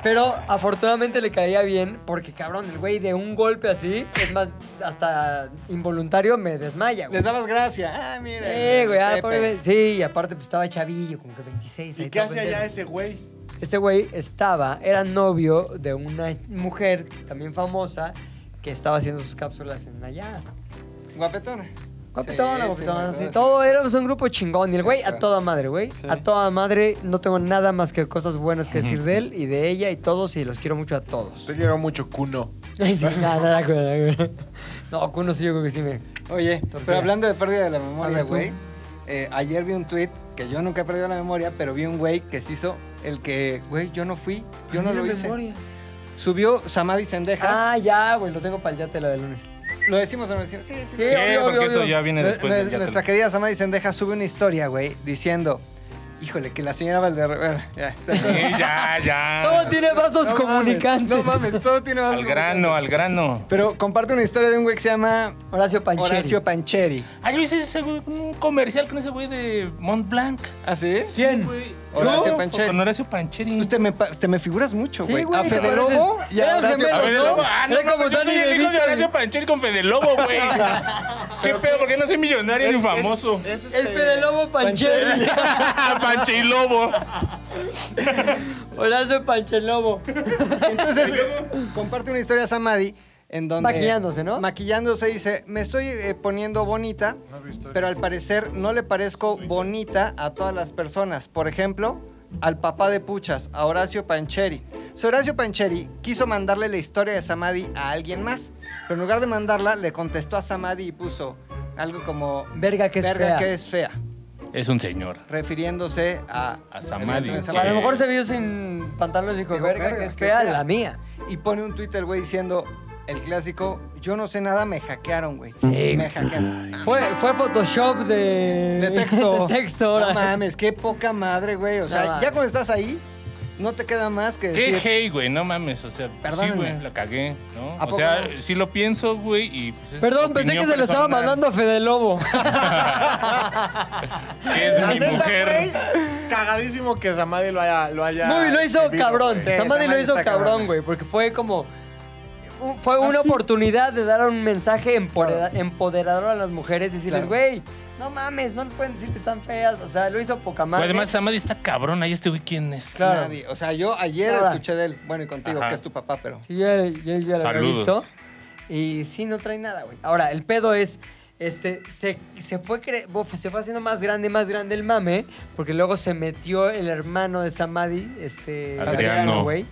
[SPEAKER 2] Pero afortunadamente le caía bien porque, cabrón, el güey de un golpe así, es más, hasta involuntario me desmaya, güey.
[SPEAKER 3] Les dabas gracia. Ah, mira.
[SPEAKER 2] Eh, güey, ah,
[SPEAKER 3] Pepe.
[SPEAKER 2] pobre- sí, y aparte pues estaba chavillo, como que 26.
[SPEAKER 5] ¿Y
[SPEAKER 2] ahí
[SPEAKER 5] qué
[SPEAKER 2] todo
[SPEAKER 5] hace
[SPEAKER 2] pendejo.
[SPEAKER 5] allá ese güey?
[SPEAKER 2] Este güey estaba, era novio de una mujer también famosa que estaba haciendo sus cápsulas en allá.
[SPEAKER 3] Guapetona.
[SPEAKER 2] Guapetona, guapetona,
[SPEAKER 3] Sí, sí,
[SPEAKER 2] sí,
[SPEAKER 3] me acuerdo.
[SPEAKER 2] todo éramos un grupo chingón. Y el güey a
[SPEAKER 3] claro.
[SPEAKER 2] toda madre, güey.
[SPEAKER 3] Sí.
[SPEAKER 2] A toda madre, no tengo nada más que cosas buenas que decir de él y de ella y todos, y los quiero mucho a todos.
[SPEAKER 5] Se quiero mucho cuno.
[SPEAKER 2] Ay, sí, nada, nada, güey, güey. No, Kuno sí, yo creo que sí me.
[SPEAKER 3] Oye,
[SPEAKER 2] Torcida.
[SPEAKER 3] pero hablando de pérdida de la
[SPEAKER 2] A
[SPEAKER 3] memoria,
[SPEAKER 2] ver, tú.
[SPEAKER 3] güey. eh, ayer vi un tweet que yo nunca he perdido la memoria, pero vi un güey que se hizo el que, güey, yo no fui, yo no
[SPEAKER 2] Ay,
[SPEAKER 3] lo
[SPEAKER 2] la
[SPEAKER 3] hice.
[SPEAKER 2] memoria.
[SPEAKER 3] Subió Samadhi Sendejas.
[SPEAKER 2] Ah, ya, güey, lo tengo para el yate la del lunes.
[SPEAKER 3] ¿Lo decimos o no lo decimos? Sí, sí.
[SPEAKER 2] Sí,
[SPEAKER 4] Sí,
[SPEAKER 2] obvio,
[SPEAKER 4] porque
[SPEAKER 2] obvio,
[SPEAKER 4] esto
[SPEAKER 2] obvio.
[SPEAKER 4] ya viene
[SPEAKER 3] Nue-
[SPEAKER 4] después.
[SPEAKER 3] nue-
[SPEAKER 4] del ya te
[SPEAKER 3] nuestra
[SPEAKER 4] lo-
[SPEAKER 3] querida Sama Dicendeja sube una historia, güey, diciendo... Híjole, que la señora Valderrama... Ya,
[SPEAKER 4] Sí, ya, ya.
[SPEAKER 2] Todo tiene vasos
[SPEAKER 3] No mames,
[SPEAKER 2] comunicantes.
[SPEAKER 3] no mames, todo tiene vasos
[SPEAKER 4] Al grano, al grano.
[SPEAKER 3] Pero comparte una historia de un güey que se llama
[SPEAKER 2] Horacio Pancheri.
[SPEAKER 3] Horacio Pancheri.
[SPEAKER 4] Ah, yo hice ese güey, un comercial con ese güey de Mont Blanc.
[SPEAKER 3] ¿Así es?
[SPEAKER 2] ¿Quién?
[SPEAKER 4] Güey.
[SPEAKER 3] Horacio
[SPEAKER 4] Yo,
[SPEAKER 3] Pancheri.
[SPEAKER 4] Con Horacio Pancheri.
[SPEAKER 3] Usted me, pa- te me figuras mucho,
[SPEAKER 2] Sí,
[SPEAKER 3] güey.
[SPEAKER 2] güey,
[SPEAKER 3] a
[SPEAKER 2] te
[SPEAKER 3] Fede
[SPEAKER 2] pareces.
[SPEAKER 3] Lobo y a
[SPEAKER 2] Eran
[SPEAKER 3] Horacio
[SPEAKER 2] gemelos,
[SPEAKER 4] A
[SPEAKER 3] Pancheri.
[SPEAKER 4] ver,
[SPEAKER 2] ¿no?
[SPEAKER 4] Lobo. Ah, no,
[SPEAKER 2] Era
[SPEAKER 4] no,
[SPEAKER 2] como
[SPEAKER 4] yo soy
[SPEAKER 2] Danny
[SPEAKER 4] el hijo de
[SPEAKER 2] DeVito.
[SPEAKER 4] Horacio Pancheri con Fede Lobo, güey. ¿Qué pedo? ¿Por qué no soy millonario ni famoso?
[SPEAKER 7] Es,
[SPEAKER 3] pues,
[SPEAKER 7] es,
[SPEAKER 2] El
[SPEAKER 7] este,
[SPEAKER 2] Fede Lobo Pancheri.
[SPEAKER 4] Pancheri Lobo.
[SPEAKER 2] Horacio Panchelobo.
[SPEAKER 3] Entonces, comparte una historia Samadi en donde...
[SPEAKER 2] Maquillándose, ¿no?
[SPEAKER 3] Maquillándose dice, me estoy eh, poniendo bonita,
[SPEAKER 5] veo historias.
[SPEAKER 3] pero al parecer no le parezco bonita a todas las personas. Por ejemplo, al papá de Puchas, a Horacio Pancheri. Si Horacio Pancheri quiso mandarle la historia de Samadi a alguien más, pero en lugar de mandarla, le contestó a Samadi y puso algo como...
[SPEAKER 2] Verga que es
[SPEAKER 3] "Verga
[SPEAKER 2] fea".
[SPEAKER 3] que es fea.
[SPEAKER 4] Es un señor.
[SPEAKER 3] refiriéndose a,
[SPEAKER 4] A Samadhi.
[SPEAKER 3] evidentemente,
[SPEAKER 2] A lo mejor se vio sin pantalones y dijo,
[SPEAKER 3] Dijo,
[SPEAKER 2] verga,
[SPEAKER 3] verga,
[SPEAKER 2] que es
[SPEAKER 3] que
[SPEAKER 2] fea
[SPEAKER 3] sea".
[SPEAKER 2] la mía.
[SPEAKER 3] Y pone un Twitter, güey, diciendo el clásico, yo no sé nada, me hackearon, güey.
[SPEAKER 2] Sí.
[SPEAKER 3] Me hackearon.
[SPEAKER 2] Fue, fue Photoshop de...
[SPEAKER 3] De texto.
[SPEAKER 2] de texto, ahora.
[SPEAKER 3] No mames, qué poca madre, güey. O sea,
[SPEAKER 2] No mames.
[SPEAKER 3] ya cuando estás ahí, no te queda más que
[SPEAKER 4] Qué
[SPEAKER 3] decir.
[SPEAKER 4] hey, güey, no mames, o sea, sí,
[SPEAKER 3] Perdónenme.
[SPEAKER 4] güey, la cagué, ¿no?
[SPEAKER 3] ¿A
[SPEAKER 4] O
[SPEAKER 3] poco
[SPEAKER 4] sea,
[SPEAKER 3] no?
[SPEAKER 4] sí lo pienso, güey, y pues, es
[SPEAKER 2] Perdón, pensé que
[SPEAKER 4] opinión
[SPEAKER 2] se lo estaba
[SPEAKER 4] personal,
[SPEAKER 2] mandando a Fede Lobo.
[SPEAKER 4] que es mi
[SPEAKER 5] neta,
[SPEAKER 4] mujer.
[SPEAKER 5] güey, Cagadísimo que Samadhi lo haya. Lo haya
[SPEAKER 2] Muy, lo hizo
[SPEAKER 5] recibido,
[SPEAKER 2] cabrón.
[SPEAKER 5] güey.
[SPEAKER 3] Sí,
[SPEAKER 2] Samadhi lo
[SPEAKER 3] Samadhi
[SPEAKER 2] hizo
[SPEAKER 3] está
[SPEAKER 2] cabrón,
[SPEAKER 3] cabrón.
[SPEAKER 2] güey, porque fue como... un- Fue una oportunidad de dar un mensaje empodera- empoderador a las mujeres y decirles,
[SPEAKER 3] Claro.
[SPEAKER 2] güey, no mames, no les pueden decir que están feas. O sea, lo hizo poca
[SPEAKER 4] Güey,
[SPEAKER 2] madre.
[SPEAKER 4] además, Samadhi está cabrón, ahí este güey, ¿quién es?
[SPEAKER 2] claro.
[SPEAKER 3] Nadie. O sea, yo ayer
[SPEAKER 2] Nada.
[SPEAKER 3] escuché de él. Bueno, y contigo,
[SPEAKER 4] Ajá.
[SPEAKER 3] que es tu papá, pero.
[SPEAKER 2] Sí, ya, ya- ya lo había
[SPEAKER 4] Saludos.
[SPEAKER 2] visto. Y sí, no trae nada, güey. Ahora, el pedo es, este, se, se, fue cre- bof, se fue haciendo más grande, más grande el mame, porque luego se metió el hermano de Samadhi, este,
[SPEAKER 4] Adriano.
[SPEAKER 2] güey,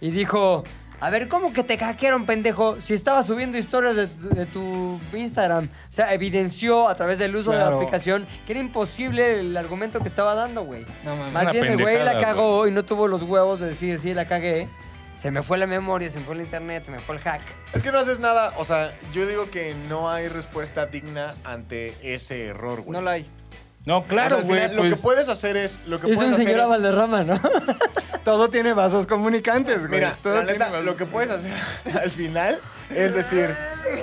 [SPEAKER 2] y dijo, a ver, ¿cómo que te hackearon, pendejo? Si estaba subiendo historias de, tu- de tu Instagram. O sea, evidenció a través del uso de la
[SPEAKER 3] Claro.
[SPEAKER 2] aplicación que era imposible el argumento que estaba dando, güey.
[SPEAKER 3] No mames.
[SPEAKER 2] Más
[SPEAKER 4] Una
[SPEAKER 2] bien el güey la
[SPEAKER 4] pendejada,
[SPEAKER 2] cagó y no tuvo los huevos de decir, sí, la cagué. Se me fue la memoria, se me fue el internet, se me fue el hack.
[SPEAKER 5] Es que no haces nada. O sea, yo digo que no hay respuesta digna ante ese error, güey.
[SPEAKER 3] No la hay.
[SPEAKER 4] No,
[SPEAKER 5] O sea,
[SPEAKER 4] claro,
[SPEAKER 5] al
[SPEAKER 4] güey,
[SPEAKER 5] final, Lo
[SPEAKER 4] pues,
[SPEAKER 5] que puedes hacer es. Lo que
[SPEAKER 2] Es
[SPEAKER 5] puedes
[SPEAKER 2] un
[SPEAKER 5] hacer
[SPEAKER 2] señor a
[SPEAKER 5] es-
[SPEAKER 2] Valderrama, ¿no?
[SPEAKER 3] Todo tiene vasos comunicantes, güey.
[SPEAKER 5] Mira,
[SPEAKER 3] Todo
[SPEAKER 5] la
[SPEAKER 3] tiene
[SPEAKER 5] neta,
[SPEAKER 3] vasos-
[SPEAKER 5] lo que puedes hacer al final es decir,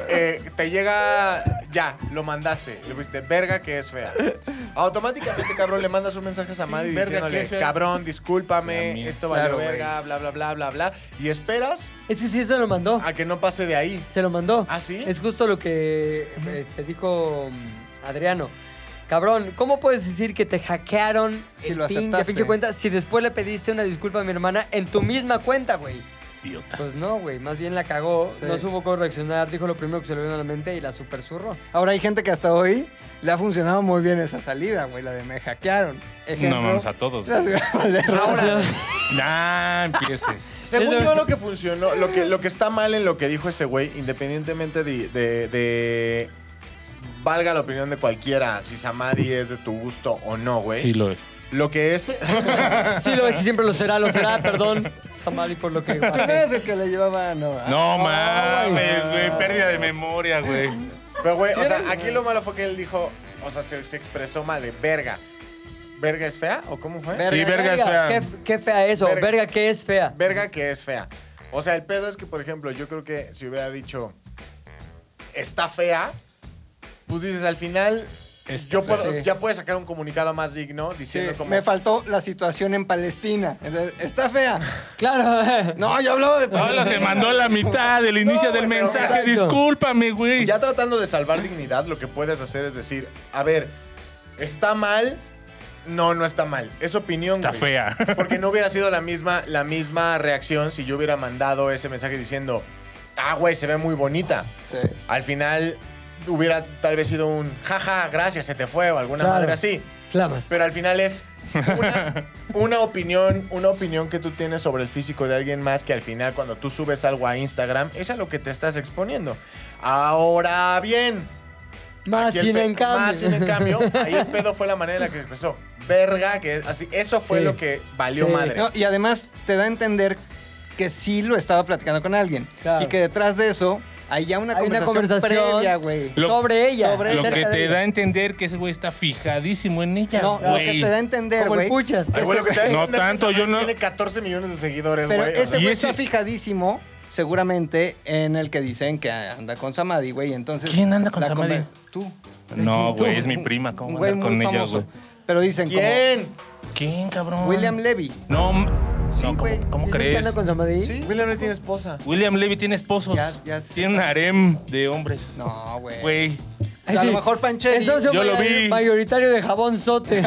[SPEAKER 5] eh, te llega, ya, lo mandaste, le pusiste, verga que es fea. Automáticamente, cabrón, le mandas un mensaje a Samadhi
[SPEAKER 4] Sí, verga que
[SPEAKER 5] diciéndole,
[SPEAKER 4] es fea.
[SPEAKER 5] cabrón,
[SPEAKER 4] La
[SPEAKER 5] discúlpame,
[SPEAKER 4] mía.
[SPEAKER 5] esto valió
[SPEAKER 2] Claro, güey.
[SPEAKER 5] verga, bla, bla, bla, bla, bla, y esperas
[SPEAKER 2] Es que sí, se lo mandó.
[SPEAKER 5] a que no pase de ahí.
[SPEAKER 2] Se lo mandó.
[SPEAKER 5] ¿Ah, sí?
[SPEAKER 2] Oh. Es justo lo que eh, se dijo mm, Adriano. Cabrón, ¿cómo puedes decir que te hackearon
[SPEAKER 3] Si
[SPEAKER 2] el
[SPEAKER 3] lo
[SPEAKER 2] pin de
[SPEAKER 3] aceptaste.
[SPEAKER 2] pinche cuenta si después le pediste una disculpa a mi hermana en tu misma cuenta, güey?
[SPEAKER 4] idiota.
[SPEAKER 2] Pues no, güey. Más bien la cagó,
[SPEAKER 3] Sí.
[SPEAKER 2] no supo cómo reaccionar, dijo lo primero que se le vino a la mente y la super zurró.
[SPEAKER 3] Ahora hay gente que hasta hoy le ha funcionado muy bien esa salida, güey, la de me hackearon. Ejemplo,
[SPEAKER 4] No mames a todos.
[SPEAKER 3] la
[SPEAKER 4] güey.
[SPEAKER 3] señora Valderrama.
[SPEAKER 2] Ahora,
[SPEAKER 4] Nah, empieces.
[SPEAKER 5] Según yo, lo que funcionó, lo que, lo que está mal en lo que dijo ese güey, independientemente de, de- de- Valga la opinión de cualquiera, si Samadhi es de tu gusto o no, güey.
[SPEAKER 4] Sí lo es.
[SPEAKER 5] Lo que es.
[SPEAKER 2] Sí, lo es y siempre lo será, lo será, perdón. Samari por lo que.
[SPEAKER 3] Tú no eres el que le llevaba, no. ¿ah?
[SPEAKER 4] No
[SPEAKER 3] Ay,
[SPEAKER 4] mames,
[SPEAKER 3] no.
[SPEAKER 4] güey, pérdida de memoria, güey.
[SPEAKER 5] Pero, güey, o sea, aquí lo malo fue que él dijo, o sea, se, se expresó mal de verga. ¿Verga es fea? ¿O cómo fue?
[SPEAKER 4] Sí, verga es fea.
[SPEAKER 2] Qué, qué fea eso.
[SPEAKER 5] Verga.
[SPEAKER 2] Verga, qué es fea.
[SPEAKER 5] Verga que es fea. O sea, el pedo es que, por ejemplo, yo creo que si hubiera dicho, está fea, pues dices, al final,
[SPEAKER 4] Está
[SPEAKER 5] yo puedo-
[SPEAKER 2] Sí.
[SPEAKER 5] ya puedes sacar un comunicado más digno
[SPEAKER 3] Sí,
[SPEAKER 5] diciendo como...
[SPEAKER 3] me faltó la situación en Palestina. Entonces, está fea.
[SPEAKER 2] Claro.
[SPEAKER 3] No, yo hablaba de
[SPEAKER 4] Pablo
[SPEAKER 3] Palestina.
[SPEAKER 4] Ah, se mandó la mitad del inicio del
[SPEAKER 5] güey, pero-
[SPEAKER 4] mensaje.
[SPEAKER 2] Exacto.
[SPEAKER 4] Discúlpame, güey.
[SPEAKER 5] Ya tratando de salvar dignidad, lo que puedes hacer es decir, a ver, ¿está mal? No, no está mal. Es opinión,
[SPEAKER 4] Está
[SPEAKER 5] güey.
[SPEAKER 4] fea.
[SPEAKER 5] Porque no hubiera sido la misma, la misma reacción si yo hubiera mandado ese mensaje diciendo, ah, güey, se ve muy bonita.
[SPEAKER 3] Sí.
[SPEAKER 5] Al final hubiera tal vez sido un, jaja, gracias, se te fue o alguna
[SPEAKER 2] Claro.
[SPEAKER 5] madre así.
[SPEAKER 2] Flamas.
[SPEAKER 5] Pero al final es una, una opinión, una opinión que tú tienes sobre el físico de alguien más que al final cuando tú subes algo a Instagram es a lo que te estás exponiendo. Ahora bien,
[SPEAKER 2] Más
[SPEAKER 5] aquí el
[SPEAKER 2] sin
[SPEAKER 5] pe-
[SPEAKER 2] en cambio.
[SPEAKER 5] más sin en cambio, ahí el pedo fue la manera en la que expresó. Verga, que es así, eso fue
[SPEAKER 2] Sí.
[SPEAKER 5] lo que valió
[SPEAKER 2] Sí.
[SPEAKER 5] madre.
[SPEAKER 3] No, y además te da a entender que sí lo estaba platicando con alguien.
[SPEAKER 2] Claro.
[SPEAKER 3] Y que detrás de eso Hay ya una,
[SPEAKER 2] Hay una
[SPEAKER 3] conversación,
[SPEAKER 2] conversación.
[SPEAKER 3] previa, güey.
[SPEAKER 4] Lo-
[SPEAKER 2] sobre ella.
[SPEAKER 3] sobre
[SPEAKER 4] Lo
[SPEAKER 2] acerca
[SPEAKER 4] que
[SPEAKER 2] de
[SPEAKER 4] te
[SPEAKER 2] ella.
[SPEAKER 4] da a entender que ese güey está fijadísimo en ella,
[SPEAKER 2] No,
[SPEAKER 3] Lo que
[SPEAKER 4] güey.
[SPEAKER 3] te da a entender,
[SPEAKER 2] Como el
[SPEAKER 3] güey.
[SPEAKER 2] puchas.
[SPEAKER 5] Ay, güey, lo que te da a
[SPEAKER 4] No
[SPEAKER 5] entender es que
[SPEAKER 4] tanto,
[SPEAKER 5] esa
[SPEAKER 4] yo no-
[SPEAKER 5] Tiene 14 millones de seguidores,
[SPEAKER 3] Pero
[SPEAKER 5] güey.
[SPEAKER 3] ese
[SPEAKER 4] Y
[SPEAKER 3] güey
[SPEAKER 4] ese-
[SPEAKER 3] está fijadísimo, seguramente, en el que dicen que anda con Samadhi, güey. Entonces,
[SPEAKER 4] ¿Quién anda con
[SPEAKER 3] la
[SPEAKER 4] Samadhi?
[SPEAKER 3] conver- Tú.
[SPEAKER 4] No,
[SPEAKER 3] Sí, tú.
[SPEAKER 4] güey, es mi prima.
[SPEAKER 3] Un
[SPEAKER 4] ¿Cómo voy a
[SPEAKER 3] güey
[SPEAKER 4] andar
[SPEAKER 3] muy
[SPEAKER 4] con ella,
[SPEAKER 3] famoso.
[SPEAKER 4] güey?
[SPEAKER 3] Pero dicen
[SPEAKER 5] ¿Quién?
[SPEAKER 4] ¿Quién, cabrón?
[SPEAKER 3] como William Levy.
[SPEAKER 4] No, m-
[SPEAKER 3] Sí,
[SPEAKER 4] no,
[SPEAKER 3] güey.
[SPEAKER 4] ¿cómo, cómo
[SPEAKER 2] ¿Dicen que
[SPEAKER 4] crees?
[SPEAKER 2] anda con Samadhi?
[SPEAKER 3] Sí.
[SPEAKER 5] William no tiene esposa.
[SPEAKER 4] William Levy tiene esposos.
[SPEAKER 3] Ya- ya sé.
[SPEAKER 4] Tiene un harem de hombres.
[SPEAKER 3] No, güey.
[SPEAKER 4] Güey.
[SPEAKER 3] O sea, A lo mejor Pancheri.
[SPEAKER 2] Es socio
[SPEAKER 4] Yo lo
[SPEAKER 2] mayor-
[SPEAKER 4] vi.
[SPEAKER 2] mayoritario de jabón sote.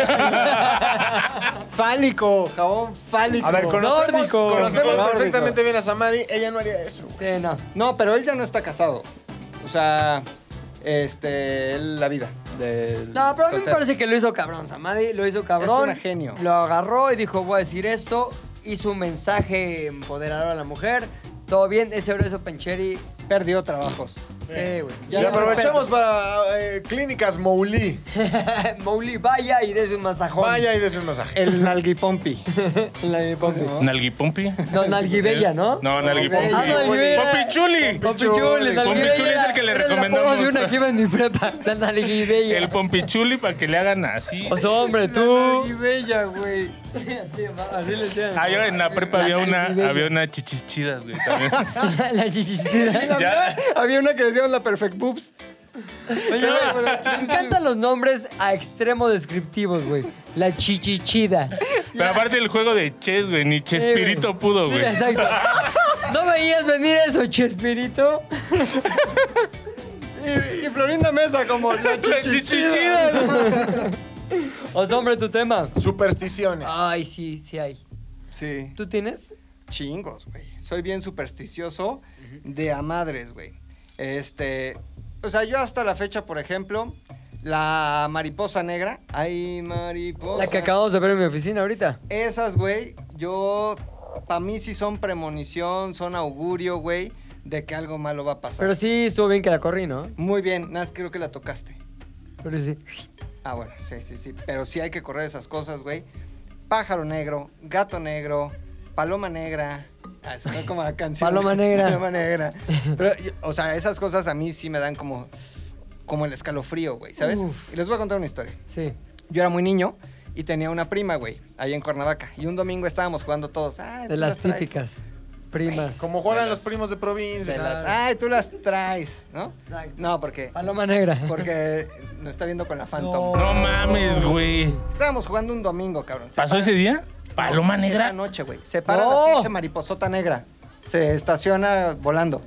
[SPEAKER 3] Fálico, jabón fálico.
[SPEAKER 5] A ver, conocemos,
[SPEAKER 2] Nórdico.
[SPEAKER 5] conocemos
[SPEAKER 3] Nórdico.
[SPEAKER 5] perfectamente bien a Samadhi. Ella no haría eso.
[SPEAKER 2] sí, no.
[SPEAKER 3] No, pero él ya no está casado. O sea, este, él, la vida. del
[SPEAKER 2] No, pero a mí me
[SPEAKER 3] soltero.
[SPEAKER 2] parece que lo hizo cabrón. Samadhi lo hizo cabrón.
[SPEAKER 3] Es un genio.
[SPEAKER 2] Lo agarró y dijo, voy a decir esto. Hizo un mensaje empoderador a la mujer. Todo bien, ese grueso Pancheri.
[SPEAKER 3] Perdió trabajos.
[SPEAKER 2] Sí, güey.
[SPEAKER 3] Ya
[SPEAKER 5] y
[SPEAKER 3] lo
[SPEAKER 5] aprovechamos para eh, clínicas Mouli.
[SPEAKER 2] Mowgli, vaya y des un masajón.
[SPEAKER 5] Vaya y des un masaje.
[SPEAKER 3] El nalgipompi.
[SPEAKER 2] La de Pompi.
[SPEAKER 4] Nalguipompi.
[SPEAKER 2] No, Nalguibella, ¿no?
[SPEAKER 4] No, Nalguipompi.
[SPEAKER 2] Ah, Nalguibella.
[SPEAKER 4] Pompichuli.
[SPEAKER 2] Pompichuli, Nalguibella.
[SPEAKER 4] Pompichuli es el que le
[SPEAKER 2] Era apodo
[SPEAKER 4] recomendamos.
[SPEAKER 2] de una que iba en mi prepa. La Nalguibella.
[SPEAKER 4] El Pompichuli para que le hagan así.
[SPEAKER 2] O sea, hombre, tú.
[SPEAKER 3] bella, güey.
[SPEAKER 2] Así, así le decían.
[SPEAKER 4] Ah, yo en la prepa
[SPEAKER 2] La
[SPEAKER 4] había una,
[SPEAKER 2] Nalguibella.
[SPEAKER 4] había una chichis chidas, güey, también.
[SPEAKER 2] La chichicida.
[SPEAKER 4] Ya.
[SPEAKER 3] Había una que decíamos la Perfect Boobs.
[SPEAKER 2] Me encantan los nombres a extremo descriptivos, güey. La chichichida.
[SPEAKER 4] Pero aparte el juego de Chess, güey, ni Chespirito pudo,
[SPEAKER 2] Sí,
[SPEAKER 4] güey.
[SPEAKER 2] exacto. ¿No veías venir eso, Chespirito?
[SPEAKER 3] Y, y Florinda Mesa como la chichichida.
[SPEAKER 4] Chichichidas.
[SPEAKER 2] O sea, hombre, tu tema.
[SPEAKER 5] Supersticiones.
[SPEAKER 2] Ay, sí, sí hay.
[SPEAKER 3] Sí.
[SPEAKER 2] ¿Tú tienes?
[SPEAKER 3] Chingos, güey. Soy bien supersticioso de a madres, güey. Este, o sea, yo hasta la fecha, por ejemplo, la mariposa negra. Ay, mariposa.
[SPEAKER 2] La que acabamos de ver en mi oficina ahorita.
[SPEAKER 3] Esas, güey, yo. Para mí sí son premonición, son augurio, güey, de que algo malo va a pasar.
[SPEAKER 2] Pero sí estuvo bien que la corrí, ¿no?
[SPEAKER 3] Muy bien, nada, más creo que la tocaste.
[SPEAKER 2] Pero sí.
[SPEAKER 3] Ah, bueno, sí, sí, sí. Pero sí hay que correr esas cosas, güey. Pájaro negro, gato negro, paloma negra. Ah, eso fue como la canción.
[SPEAKER 2] Paloma negra.
[SPEAKER 3] paloma negra. Pero, yo- o sea, esas cosas a mí sí me dan como, como el escalofrío, güey, ¿sabes?
[SPEAKER 2] Uf.
[SPEAKER 3] Y les voy a contar una historia.
[SPEAKER 2] Sí.
[SPEAKER 3] Yo era muy niño y tenía una prima, güey, ahí en Cuernavaca. Y un domingo estábamos jugando todos. Ay,
[SPEAKER 2] De
[SPEAKER 3] tú
[SPEAKER 2] las
[SPEAKER 3] traes.
[SPEAKER 2] típicas. Primas.
[SPEAKER 5] Como juegan los primos de provincia. Ah,
[SPEAKER 3] De las-
[SPEAKER 2] Claro.
[SPEAKER 3] Ay, tú las traes, ¿no?
[SPEAKER 2] Exacto.
[SPEAKER 3] No, porque,
[SPEAKER 2] Paloma negra.
[SPEAKER 3] porque nos está viendo con la Phantom.
[SPEAKER 4] No mames, güey.
[SPEAKER 3] Estábamos jugando un domingo, cabrón. Se
[SPEAKER 4] ¿Pasó ese día? Paloma
[SPEAKER 3] Esa
[SPEAKER 4] negra.
[SPEAKER 3] noche, güey. Se para
[SPEAKER 2] No.
[SPEAKER 3] la pinche mariposota negra. Se estaciona volando.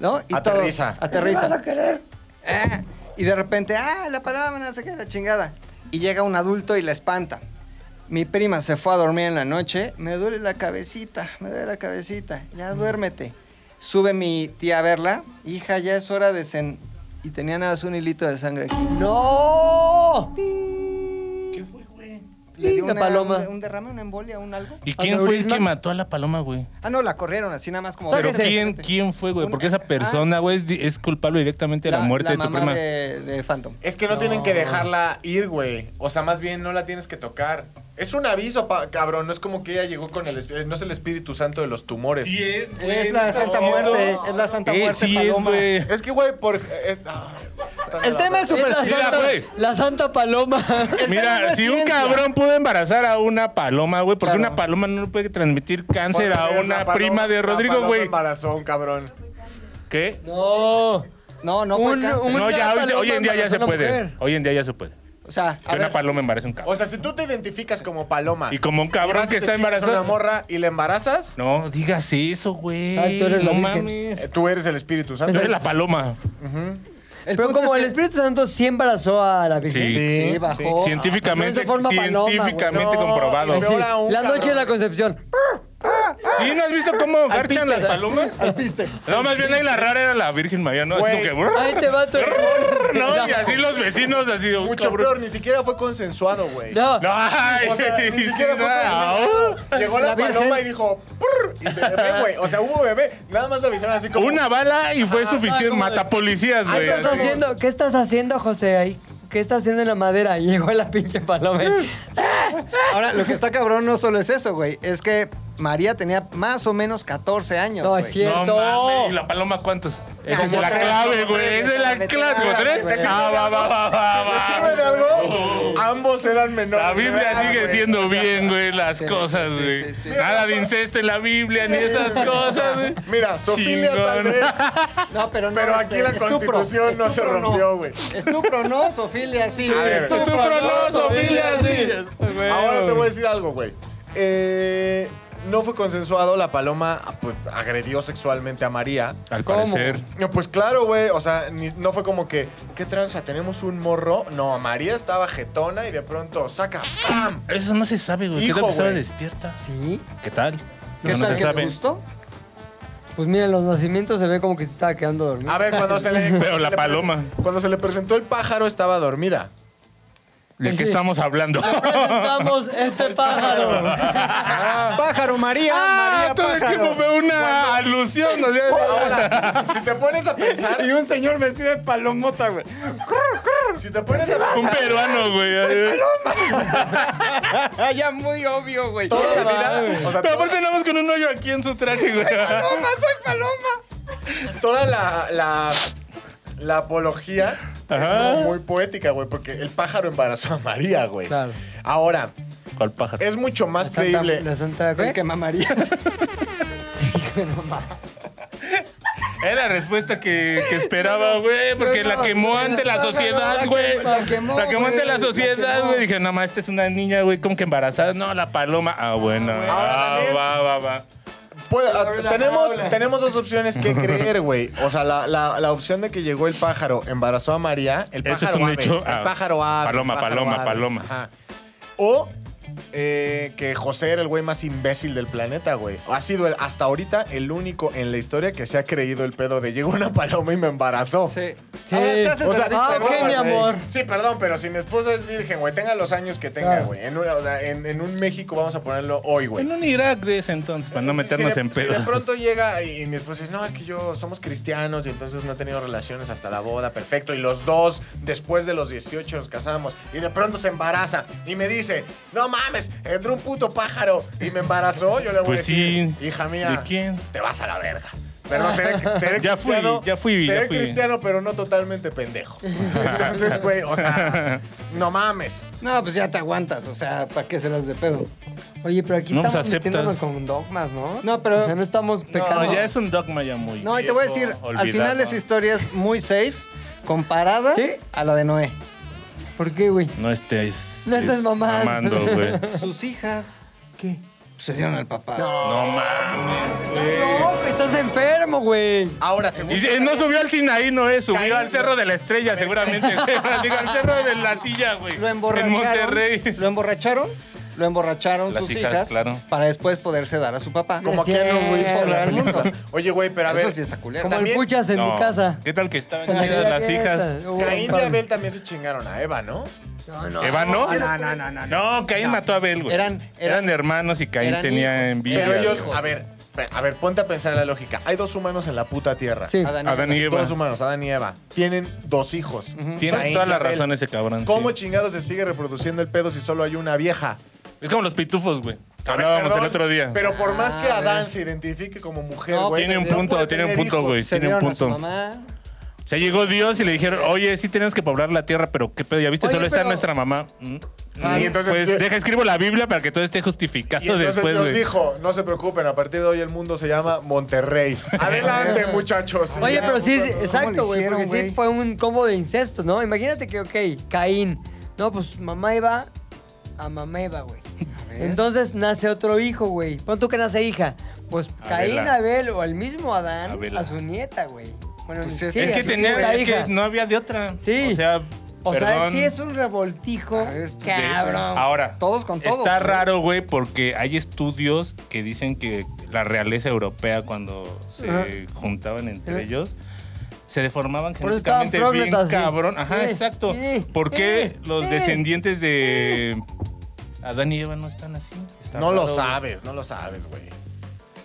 [SPEAKER 3] ¿No?
[SPEAKER 5] Aterriza.
[SPEAKER 3] todos- aterriza. vas a querer? y de repente, ah, la palabra no sé qué, la chingada. Y llega un adulto y la espanta. Mi prima se fue a dormir en la noche. Me duele la cabecita, me duele la cabecita. Ya duérmete. Sube mi tía a verla. Hija, ya es hora de cen... Y tenía nada más un hilito de sangre aquí.
[SPEAKER 2] ¡No!
[SPEAKER 4] ¿Qué fue, güey?
[SPEAKER 3] Le dio
[SPEAKER 2] La
[SPEAKER 3] una-
[SPEAKER 2] paloma.
[SPEAKER 3] Un, un derrame, una embolia, un algo.
[SPEAKER 4] ¿Y quién fue el
[SPEAKER 2] ¿Aneurisma?
[SPEAKER 4] que mató a la paloma, güey?
[SPEAKER 3] Ah, no, la corrieron así nada más como...
[SPEAKER 4] Pero
[SPEAKER 2] Sáquese.
[SPEAKER 4] ¿quién, quién fue, güey?
[SPEAKER 3] Un-
[SPEAKER 4] Porque esa persona, güey, es, di- es culpable directamente de la, muerte de tu
[SPEAKER 3] mamá
[SPEAKER 4] prima.
[SPEAKER 3] De, de Phantom.
[SPEAKER 5] Es que no, tienen que dejarla ir, güey. O sea, más bien no la tienes que tocar. Es un aviso, pa- cabrón. No es como que ella llegó con el... esp- No es el Espíritu Santo de los tumores.
[SPEAKER 4] es,
[SPEAKER 3] Es la Santa Muerte, es la Santa
[SPEAKER 4] Eh,
[SPEAKER 3] Muerte
[SPEAKER 4] sí es,
[SPEAKER 3] Paloma.
[SPEAKER 4] güey.
[SPEAKER 5] Es que, güey, por... eh, ay,
[SPEAKER 3] El tema es
[SPEAKER 2] Es la
[SPEAKER 4] Mira,
[SPEAKER 2] santa,
[SPEAKER 4] güey.
[SPEAKER 2] la santa paloma.
[SPEAKER 4] Mira, si un cabrón pudo embarazar a una paloma, güey, porque
[SPEAKER 3] Claro.
[SPEAKER 4] una paloma no le puede transmitir cáncer
[SPEAKER 5] Otra
[SPEAKER 4] a
[SPEAKER 5] vez
[SPEAKER 4] una
[SPEAKER 5] Pues, la paloma-
[SPEAKER 4] prima de
[SPEAKER 5] la
[SPEAKER 4] Rodrigo,
[SPEAKER 5] paloma
[SPEAKER 4] güey.
[SPEAKER 5] embarazó a un cabrón.
[SPEAKER 4] ¿Qué?
[SPEAKER 2] No.
[SPEAKER 3] No, no fue
[SPEAKER 2] Un-
[SPEAKER 3] cáncer.
[SPEAKER 2] un-
[SPEAKER 4] No, ya hoy,
[SPEAKER 2] Una
[SPEAKER 4] se- hoy en día ya
[SPEAKER 2] paloma embarazó
[SPEAKER 4] se
[SPEAKER 2] a una
[SPEAKER 4] puede.
[SPEAKER 2] mujer.
[SPEAKER 4] Hoy en día ya se puede.
[SPEAKER 3] O sea, a
[SPEAKER 4] Que una
[SPEAKER 3] ver,
[SPEAKER 4] paloma embarace a un cabrón.
[SPEAKER 5] O sea, si tú te identificas como paloma.
[SPEAKER 4] Y como un cabrón
[SPEAKER 5] y vas y
[SPEAKER 4] que
[SPEAKER 5] te
[SPEAKER 4] está
[SPEAKER 5] chingas a
[SPEAKER 4] embarazado.
[SPEAKER 5] una morra y la embarazas,
[SPEAKER 4] No, digas eso, güey.
[SPEAKER 2] Exacto, eres la
[SPEAKER 4] No
[SPEAKER 2] virgen.
[SPEAKER 4] mames.
[SPEAKER 5] eh, tú eres el Espíritu Santo.
[SPEAKER 4] Tú eres la paloma.
[SPEAKER 3] el
[SPEAKER 2] Pero
[SPEAKER 3] punto
[SPEAKER 2] como
[SPEAKER 3] es
[SPEAKER 2] el
[SPEAKER 3] que-
[SPEAKER 2] Espíritu Santo sí embarazó a la Virgen.
[SPEAKER 4] Sí.
[SPEAKER 5] Sí,
[SPEAKER 3] Sí, bajó.
[SPEAKER 4] Científicamente,
[SPEAKER 2] Ah, pero eso forma paloma, güey.
[SPEAKER 4] científicamente
[SPEAKER 5] No,
[SPEAKER 4] comprobado.
[SPEAKER 5] y peor aún,
[SPEAKER 2] La noche de la
[SPEAKER 5] cabrón.
[SPEAKER 2] concepción.
[SPEAKER 4] ¿Sí? ¿No has visto cómo garchan las
[SPEAKER 3] piste.
[SPEAKER 4] palomas?
[SPEAKER 3] Al piste.
[SPEAKER 4] No, más bien ahí la rara era la Virgen María, ¿no?
[SPEAKER 5] Güey.
[SPEAKER 4] Así como
[SPEAKER 2] Ahí
[SPEAKER 4] que...
[SPEAKER 2] te va tu
[SPEAKER 4] No, y así los vecinos, así... de, "Uy,
[SPEAKER 5] Mucho
[SPEAKER 4] cabrón".
[SPEAKER 5] peor, ni siquiera fue consensuado, güey.
[SPEAKER 2] No.
[SPEAKER 4] No, ay,
[SPEAKER 5] O sea, ni
[SPEAKER 4] sí,
[SPEAKER 5] siquiera fue
[SPEAKER 4] no. ah,
[SPEAKER 5] consensuado. Llegó la,
[SPEAKER 3] La Virgen.
[SPEAKER 5] paloma y dijo, "Purr", y bebé, güey. O sea, hubo bebé. Nada más lo avisaron así como.
[SPEAKER 4] oh. Una bala y fue
[SPEAKER 5] Ah,
[SPEAKER 4] suficiente.
[SPEAKER 5] como de-
[SPEAKER 4] Mata policías,
[SPEAKER 5] Ay,
[SPEAKER 4] güey.
[SPEAKER 2] ¿Qué estás
[SPEAKER 4] así.
[SPEAKER 2] haciendo? ¿Qué estás haciendo, José? Ahí. ¿Qué estás haciendo en la madera? Y Llegó la pinche paloma.
[SPEAKER 3] Ahora, lo que está cabrón no solo es eso, güey. Es que María tenía más o menos 14 años.
[SPEAKER 2] No,
[SPEAKER 3] güey.
[SPEAKER 2] es cierto.
[SPEAKER 4] No mames, ¿y la paloma cuántos? Esa es
[SPEAKER 5] Como
[SPEAKER 4] la
[SPEAKER 5] tres,
[SPEAKER 4] clave,
[SPEAKER 5] como
[SPEAKER 4] güey.
[SPEAKER 5] tres,
[SPEAKER 4] Esa es la
[SPEAKER 3] como
[SPEAKER 4] clave.
[SPEAKER 3] tres,
[SPEAKER 4] ¿Como tres?
[SPEAKER 3] güey.
[SPEAKER 4] Ah, va, va, va, va,
[SPEAKER 5] ¿Te
[SPEAKER 4] va. Oh,
[SPEAKER 5] sirve de algo? Ah, Ambos eran menores.
[SPEAKER 4] La Biblia
[SPEAKER 5] Ah,
[SPEAKER 4] sigue
[SPEAKER 5] güey.
[SPEAKER 4] siendo bien, güey, las cosas,
[SPEAKER 3] sí,
[SPEAKER 4] güey.
[SPEAKER 3] sí, sí.
[SPEAKER 4] Nada de incesto en la Biblia, ni esas cosas, güey.
[SPEAKER 5] Mira, Sofía tal
[SPEAKER 4] Chingón.
[SPEAKER 5] vez.
[SPEAKER 3] No, pero no.
[SPEAKER 5] Pero
[SPEAKER 3] este,
[SPEAKER 5] aquí la
[SPEAKER 3] estupro,
[SPEAKER 5] constitución no se
[SPEAKER 3] estupro
[SPEAKER 5] rompió, güey.
[SPEAKER 3] Estupro no, Sofilia, sí.
[SPEAKER 5] A ver,
[SPEAKER 4] Es tu pronoso, Biblia, sí.
[SPEAKER 5] Ahora te voy a decir algo, güey. Eh, no fue consensuado, la paloma pues, agredió sexualmente a María.
[SPEAKER 4] Al
[SPEAKER 2] ¿Cómo?
[SPEAKER 4] parecer.
[SPEAKER 5] No, Pues claro, güey. O sea, ni- no fue como que, ¿qué tranza? ¿Tenemos un morro? No, María estaba jetona y de pronto saca ¡pam!
[SPEAKER 4] Eso no se sabe, güey.
[SPEAKER 5] Hijo,
[SPEAKER 4] Siento que estaba
[SPEAKER 5] güey.
[SPEAKER 4] despierta.
[SPEAKER 2] Sí.
[SPEAKER 4] ¿Qué tal?
[SPEAKER 3] ¿Qué
[SPEAKER 4] no, no
[SPEAKER 3] tal
[SPEAKER 4] se
[SPEAKER 3] que te
[SPEAKER 4] sabe.
[SPEAKER 3] gustó?
[SPEAKER 2] Pues miren, los nacimientos se ve como que se estaba quedando dormido.
[SPEAKER 5] A ver, cuando se le.
[SPEAKER 4] Pero la
[SPEAKER 5] le-
[SPEAKER 4] paloma.
[SPEAKER 5] Cuando se le presentó el pájaro, estaba dormida.
[SPEAKER 4] ¿De
[SPEAKER 2] Sí.
[SPEAKER 4] qué estamos hablando?
[SPEAKER 2] Presentamos este pájaro.
[SPEAKER 3] Pájaro María,
[SPEAKER 4] Ah,
[SPEAKER 3] María
[SPEAKER 4] todo el
[SPEAKER 3] Pájaro.
[SPEAKER 4] tiempo fue una alusión. o sea,
[SPEAKER 5] Ahora, si te pones a pensar.
[SPEAKER 3] Y un señor vestido de palomota, güey.
[SPEAKER 5] Si te pones a
[SPEAKER 4] Un
[SPEAKER 5] pensar.
[SPEAKER 4] peruano, güey.
[SPEAKER 3] Ah, ya muy obvio, güey.
[SPEAKER 5] Toda la vida. O sea,
[SPEAKER 4] Pero
[SPEAKER 5] toda,
[SPEAKER 4] aparte andamos con un hoyo aquí en su traje, güey.
[SPEAKER 3] soy paloma!
[SPEAKER 5] toda la. la la apología es
[SPEAKER 4] Ajá.
[SPEAKER 5] como muy poética, güey, porque el pájaro embarazó a María, güey.
[SPEAKER 2] Claro.
[SPEAKER 5] Ahora,
[SPEAKER 4] ¿Cuál pájaro?
[SPEAKER 5] es mucho más
[SPEAKER 2] Santa-
[SPEAKER 5] creíble.
[SPEAKER 2] La Santa, ¿qué?
[SPEAKER 3] El que mamaría.
[SPEAKER 4] Es la respuesta que, que esperaba, güey, porque la quemó ante la sociedad, güey.
[SPEAKER 3] la quemó,
[SPEAKER 4] La quemó ante
[SPEAKER 3] güey,
[SPEAKER 4] la
[SPEAKER 3] la
[SPEAKER 4] sociedad,
[SPEAKER 3] quemó.
[SPEAKER 4] güey. Dije, no, ma, esta es una niña, güey, como que embarazada. No, la paloma. Ah, bueno.
[SPEAKER 5] Ahora
[SPEAKER 4] Ah,
[SPEAKER 5] también-
[SPEAKER 4] va, va, va.
[SPEAKER 5] Puedo- ah,
[SPEAKER 3] Sobre la
[SPEAKER 5] tenemos,
[SPEAKER 3] tabla.
[SPEAKER 5] tenemos dos opciones que creer, güey. O sea, la, la- la opción de que llegó el pájaro, embarazó a María. El
[SPEAKER 4] Eso
[SPEAKER 5] pájaro
[SPEAKER 4] es un
[SPEAKER 5] ave,
[SPEAKER 4] hecho.
[SPEAKER 5] El
[SPEAKER 4] Ah,
[SPEAKER 5] pájaro ave.
[SPEAKER 4] paloma,
[SPEAKER 5] el pájaro
[SPEAKER 4] paloma,
[SPEAKER 5] ave.
[SPEAKER 4] paloma.
[SPEAKER 5] Ajá. O eh, que José era el güey más imbécil del planeta, güey. Ha sido el- hasta ahorita el único en la historia que se ha creído el pedo de llegó una paloma y me embarazó.
[SPEAKER 3] Sí.
[SPEAKER 2] Sí.
[SPEAKER 3] Ahora te haces
[SPEAKER 5] O sea,
[SPEAKER 3] el
[SPEAKER 2] ah,
[SPEAKER 3] rico,
[SPEAKER 2] ok,
[SPEAKER 3] güey.
[SPEAKER 2] mi amor.
[SPEAKER 5] Sí, perdón, pero si mi esposa es virgen, güey, tenga los años que tenga,
[SPEAKER 2] Claro.
[SPEAKER 5] güey. En, una- o sea, en- en un México vamos a ponerlo hoy, güey.
[SPEAKER 4] En un Irak de ese entonces, para no
[SPEAKER 5] Sí,
[SPEAKER 4] meternos
[SPEAKER 5] si de-
[SPEAKER 4] en
[SPEAKER 5] si
[SPEAKER 4] pedo.
[SPEAKER 5] de pronto llega y, y mi esposa dice, no, es que yo somos cristianos y entonces no he tenido relaciones hasta la boda, perfecto. Y los dos, después de los 18, nos casamos. Y de pronto se embaraza y me dice, no mames, entró un puto pájaro y me embarazó. Yo le voy a
[SPEAKER 4] Pues
[SPEAKER 5] decir,
[SPEAKER 4] sí.
[SPEAKER 5] hija mía,
[SPEAKER 4] ¿De quién?
[SPEAKER 5] te vas a la verga. Perdón, seré, seré
[SPEAKER 4] Ya fui,
[SPEAKER 5] cristiano,
[SPEAKER 4] ya fui, ya
[SPEAKER 5] seré
[SPEAKER 4] fui.
[SPEAKER 5] cristiano, pero no totalmente pendejo. Entonces, güey, o sea, no mames.
[SPEAKER 3] No, pues ya te aguantas, o sea, ¿para qué se las de pedo?
[SPEAKER 2] Oye, pero aquí
[SPEAKER 4] No, pues,
[SPEAKER 2] estamos
[SPEAKER 4] aceptas.
[SPEAKER 2] metiéndonos con dogmas, ¿no?
[SPEAKER 3] No, pero-
[SPEAKER 2] O sea, no estamos pecando.
[SPEAKER 4] No, ya es un dogma ya muy.
[SPEAKER 3] No, y te voy a decir,
[SPEAKER 4] viejo,
[SPEAKER 3] al final
[SPEAKER 4] olvidado.
[SPEAKER 3] esa historia es muy safe comparada
[SPEAKER 2] ¿Sí?
[SPEAKER 3] a la de Noé.
[SPEAKER 2] ¿Por qué, güey?
[SPEAKER 4] No estés.
[SPEAKER 2] No estés mamando.
[SPEAKER 4] Mamando, güey.
[SPEAKER 3] Sus hijas
[SPEAKER 2] ¿Qué?
[SPEAKER 3] se dieron al papá.
[SPEAKER 4] No mames, güey.
[SPEAKER 2] No, que estás enfermo, güey.
[SPEAKER 5] Ahora, según...
[SPEAKER 4] Y si- eh, no subió al Sinaí, no es, subió
[SPEAKER 5] Caín,
[SPEAKER 4] al Cerro de la Estrella, seguramente. Digo, al Cerro de la Silla, güey.
[SPEAKER 3] Lo emborracharon.
[SPEAKER 4] En Monterrey.
[SPEAKER 3] Lo emborracharon. Lo emborracharon
[SPEAKER 4] Las
[SPEAKER 3] sus
[SPEAKER 4] hijas,
[SPEAKER 3] hijas,
[SPEAKER 4] claro.
[SPEAKER 3] para después poderse dar a su papá.
[SPEAKER 5] Como
[SPEAKER 2] Sí,
[SPEAKER 5] Keanu Reeves en la
[SPEAKER 2] claro.
[SPEAKER 5] película. Oye, güey, pero a ver.
[SPEAKER 3] Eso sí está culero.
[SPEAKER 2] Como el
[SPEAKER 5] También-
[SPEAKER 2] puchas en
[SPEAKER 4] No.
[SPEAKER 2] mi casa.
[SPEAKER 4] ¿Qué tal que estaban
[SPEAKER 2] En la
[SPEAKER 4] chidas
[SPEAKER 2] vida
[SPEAKER 4] las
[SPEAKER 2] que
[SPEAKER 4] hijas?
[SPEAKER 3] eh,
[SPEAKER 2] esta, hubo
[SPEAKER 5] Caín
[SPEAKER 2] un
[SPEAKER 5] y
[SPEAKER 2] par.
[SPEAKER 5] Abel también se chingaron a Eva, ¿no?
[SPEAKER 4] ¿Eva no?
[SPEAKER 3] No, no, no, no. no.
[SPEAKER 4] No, Caín mató a Abel, güey.
[SPEAKER 3] Eran- eran-
[SPEAKER 4] Eran hermanos y Caín
[SPEAKER 3] eran
[SPEAKER 4] tenía
[SPEAKER 3] hijos.
[SPEAKER 4] envidia.
[SPEAKER 5] Pero
[SPEAKER 3] Hija,
[SPEAKER 5] ellos,
[SPEAKER 3] hijos.
[SPEAKER 5] a ver, pe- a ver, ponte a pensar en la lógica. Hay dos humanos en la puta tierra.
[SPEAKER 2] Sí.
[SPEAKER 3] Adán y
[SPEAKER 4] Adán y Eva.
[SPEAKER 5] Dos humanos, Adán y Eva. Tienen dos hijos.
[SPEAKER 4] Tiene
[SPEAKER 5] Caín
[SPEAKER 4] toda
[SPEAKER 5] y
[SPEAKER 4] la
[SPEAKER 5] Abel.
[SPEAKER 4] razón ese cabrón.
[SPEAKER 5] ¿Cómo
[SPEAKER 4] sí.
[SPEAKER 5] chingados se sigue reproduciendo el pedo si solo hay una vieja?
[SPEAKER 4] Es como los pitufos, güey.
[SPEAKER 5] A ver,
[SPEAKER 4] Hablábamos
[SPEAKER 5] perdón,
[SPEAKER 4] el otro día.
[SPEAKER 5] Pero por más
[SPEAKER 2] Ah,
[SPEAKER 5] que Adán se identifique como mujer,
[SPEAKER 3] No,
[SPEAKER 5] güey.
[SPEAKER 4] tiene un
[SPEAKER 5] no
[SPEAKER 4] punto,
[SPEAKER 5] puede
[SPEAKER 4] tiene un
[SPEAKER 5] tener
[SPEAKER 4] punto,
[SPEAKER 5] hijos.
[SPEAKER 4] güey.
[SPEAKER 3] Se
[SPEAKER 4] Tiene un
[SPEAKER 3] dieron a su
[SPEAKER 4] punto.
[SPEAKER 3] mamá.
[SPEAKER 4] O sea, llegó Dios y le dijeron, oye, sí tenemos que poblar la tierra, pero qué pedo, ya viste,
[SPEAKER 2] Oye,
[SPEAKER 4] solo está
[SPEAKER 2] pero-
[SPEAKER 4] nuestra mamá. Mm.
[SPEAKER 5] Ah, y
[SPEAKER 4] Mm,
[SPEAKER 5] entonces-
[SPEAKER 4] pues deja, escribo la Biblia para que todo esté justificado
[SPEAKER 5] Y entonces
[SPEAKER 4] después,
[SPEAKER 5] nos
[SPEAKER 4] güey.
[SPEAKER 5] dijo, no se preocupen, a partir de hoy el mundo se llama Monterrey. Adelante, muchachos.
[SPEAKER 2] Oye,
[SPEAKER 3] Ya,
[SPEAKER 2] pero sí,
[SPEAKER 3] ¿cómo
[SPEAKER 2] sí,
[SPEAKER 3] lo
[SPEAKER 2] exacto, güey,
[SPEAKER 3] hicieron,
[SPEAKER 2] porque sí
[SPEAKER 3] güey?
[SPEAKER 2] fue un combo de incesto, ¿no? Imagínate que, ok, Caín. No, pues mamá Eva a mamá Eva, güey. Entonces nace otro hijo, güey. Pon tú que nace hija. Pues Caín,
[SPEAKER 4] Abela.
[SPEAKER 2] Abel o el mismo Adán
[SPEAKER 4] Abela.
[SPEAKER 2] a su nieta, güey. Bueno,
[SPEAKER 3] Pues
[SPEAKER 2] sí,
[SPEAKER 3] es-
[SPEAKER 4] es
[SPEAKER 2] a
[SPEAKER 4] que
[SPEAKER 2] su
[SPEAKER 4] tenía,
[SPEAKER 2] nieta
[SPEAKER 4] es
[SPEAKER 2] hija.
[SPEAKER 4] que no había de otra.
[SPEAKER 2] Sí.
[SPEAKER 4] O sea,
[SPEAKER 2] O sea,
[SPEAKER 4] perdón. Ah,
[SPEAKER 2] sí es un revoltijo,
[SPEAKER 3] Ah, es-
[SPEAKER 2] cabrón.
[SPEAKER 4] Ahora,
[SPEAKER 3] Todos con todos.
[SPEAKER 4] Está
[SPEAKER 3] güey.
[SPEAKER 4] raro, güey, porque hay estudios que dicen que la realeza europea cuando se
[SPEAKER 2] Ajá.
[SPEAKER 4] juntaban entre
[SPEAKER 2] Ajá.
[SPEAKER 4] ellos se deformaban
[SPEAKER 2] Por eso estaban
[SPEAKER 4] genéticamente bien
[SPEAKER 2] prógnatas, sí.
[SPEAKER 4] cabrón. Ajá,
[SPEAKER 2] Eh,
[SPEAKER 4] exacto.
[SPEAKER 2] eh,
[SPEAKER 4] ¿Por qué
[SPEAKER 2] eh,
[SPEAKER 4] los
[SPEAKER 2] eh,
[SPEAKER 4] descendientes de Adán y Eva no están así? Está
[SPEAKER 5] No lo
[SPEAKER 4] raro, güey.
[SPEAKER 5] sabes, no lo sabes, güey.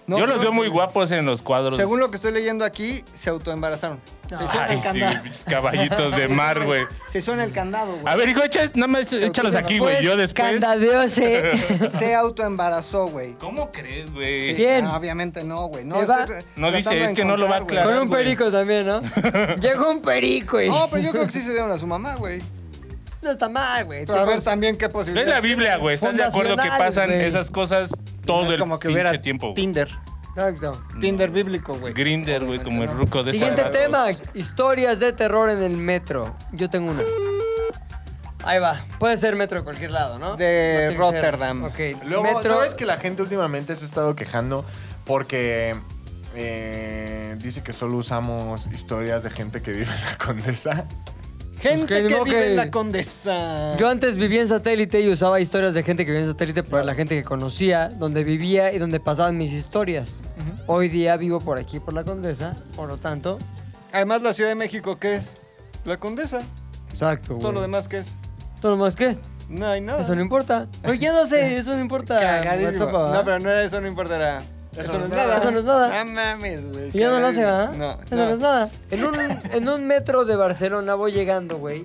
[SPEAKER 3] No,
[SPEAKER 4] Yo los
[SPEAKER 3] no,
[SPEAKER 4] veo muy guapos en los cuadros.
[SPEAKER 3] Según lo que estoy leyendo aquí, se autoembarazaron. Se hicieron
[SPEAKER 4] Ay,
[SPEAKER 3] el
[SPEAKER 4] sí,
[SPEAKER 3] candado.
[SPEAKER 4] pinches caballitos de mar, güey.
[SPEAKER 3] Se hicieron el candado,
[SPEAKER 4] A
[SPEAKER 3] güey.
[SPEAKER 4] ver, hijo, echa- nada más échalos aquí, güey.
[SPEAKER 2] pues,
[SPEAKER 4] Yo después.
[SPEAKER 2] Candadeose.
[SPEAKER 3] Se autoembarazó, güey.
[SPEAKER 4] ¿Cómo crees,
[SPEAKER 3] Sí,
[SPEAKER 4] güey?
[SPEAKER 2] ¿Quién?
[SPEAKER 3] ah, obviamente no, güey. No,
[SPEAKER 2] ¿Te va?
[SPEAKER 3] estoy tra-
[SPEAKER 4] No dice,
[SPEAKER 3] tratando de
[SPEAKER 4] es que no lo va a
[SPEAKER 3] encontrar,
[SPEAKER 2] Con
[SPEAKER 4] aclarar.
[SPEAKER 2] un perico también, ¿no? Llegó un perico y...
[SPEAKER 3] güey. No, pero yo creo que sí se dieron a su mamá, güey.
[SPEAKER 2] No está mal, güey.
[SPEAKER 3] Pero a ver también qué
[SPEAKER 4] Lee la
[SPEAKER 3] posibilidad.
[SPEAKER 4] Biblia, güey. ¿Estás de acuerdo que
[SPEAKER 2] Fundacionales,
[SPEAKER 4] pasan
[SPEAKER 2] güey.
[SPEAKER 4] esas cosas todo el pinche tiempo? güey?
[SPEAKER 3] Tinder.
[SPEAKER 2] Exacto.
[SPEAKER 3] Tinder bíblico, güey.
[SPEAKER 4] Grinder, güey, como el ruco de esa
[SPEAKER 2] Siguiente
[SPEAKER 4] edad.
[SPEAKER 2] tema, historias de terror en el metro. Yo tengo una. Ahí va. Puede ser metro de cualquier lado, ¿no? No
[SPEAKER 3] De
[SPEAKER 2] tiene que ser-
[SPEAKER 3] Rotterdam.
[SPEAKER 2] Ok.
[SPEAKER 5] Luego,
[SPEAKER 2] metro.
[SPEAKER 5] ¿sabes que la gente últimamente se ha estado quejando porque eh, dice que solo usamos historias de gente que vive en la condesa?
[SPEAKER 3] Gente
[SPEAKER 2] Que
[SPEAKER 3] que,
[SPEAKER 2] no,
[SPEAKER 3] vive
[SPEAKER 2] que-
[SPEAKER 3] en la condesa.
[SPEAKER 2] Yo antes vivía en satélite y usaba historias de gente que vivía en satélite para la gente que conocía, donde vivía y donde pasaban mis historias. Hoy día vivo por aquí, por la Condesa, por lo tanto.
[SPEAKER 3] Además, la Ciudad de México, ¿qué es? La condesa.
[SPEAKER 2] Exacto.
[SPEAKER 3] Todo lo
[SPEAKER 2] güey.
[SPEAKER 3] demás, ¿qué es?
[SPEAKER 2] ¿Todo lo más qué?
[SPEAKER 3] No hay nada.
[SPEAKER 2] Eso no importa. No, ya no sé, eso no importa.
[SPEAKER 3] Cagadísimo.
[SPEAKER 2] WhatsApp, ¿va?
[SPEAKER 3] No, pero no era eso, no importará. Eso, no es nada.
[SPEAKER 2] Eso no es nada.
[SPEAKER 3] Ah, mames, güey.
[SPEAKER 2] Y ya no lo hace, ¿verdad?
[SPEAKER 3] cagadísimo. No,
[SPEAKER 2] Eso no es nada. En un, en un metro de Barcelona voy llegando, güey.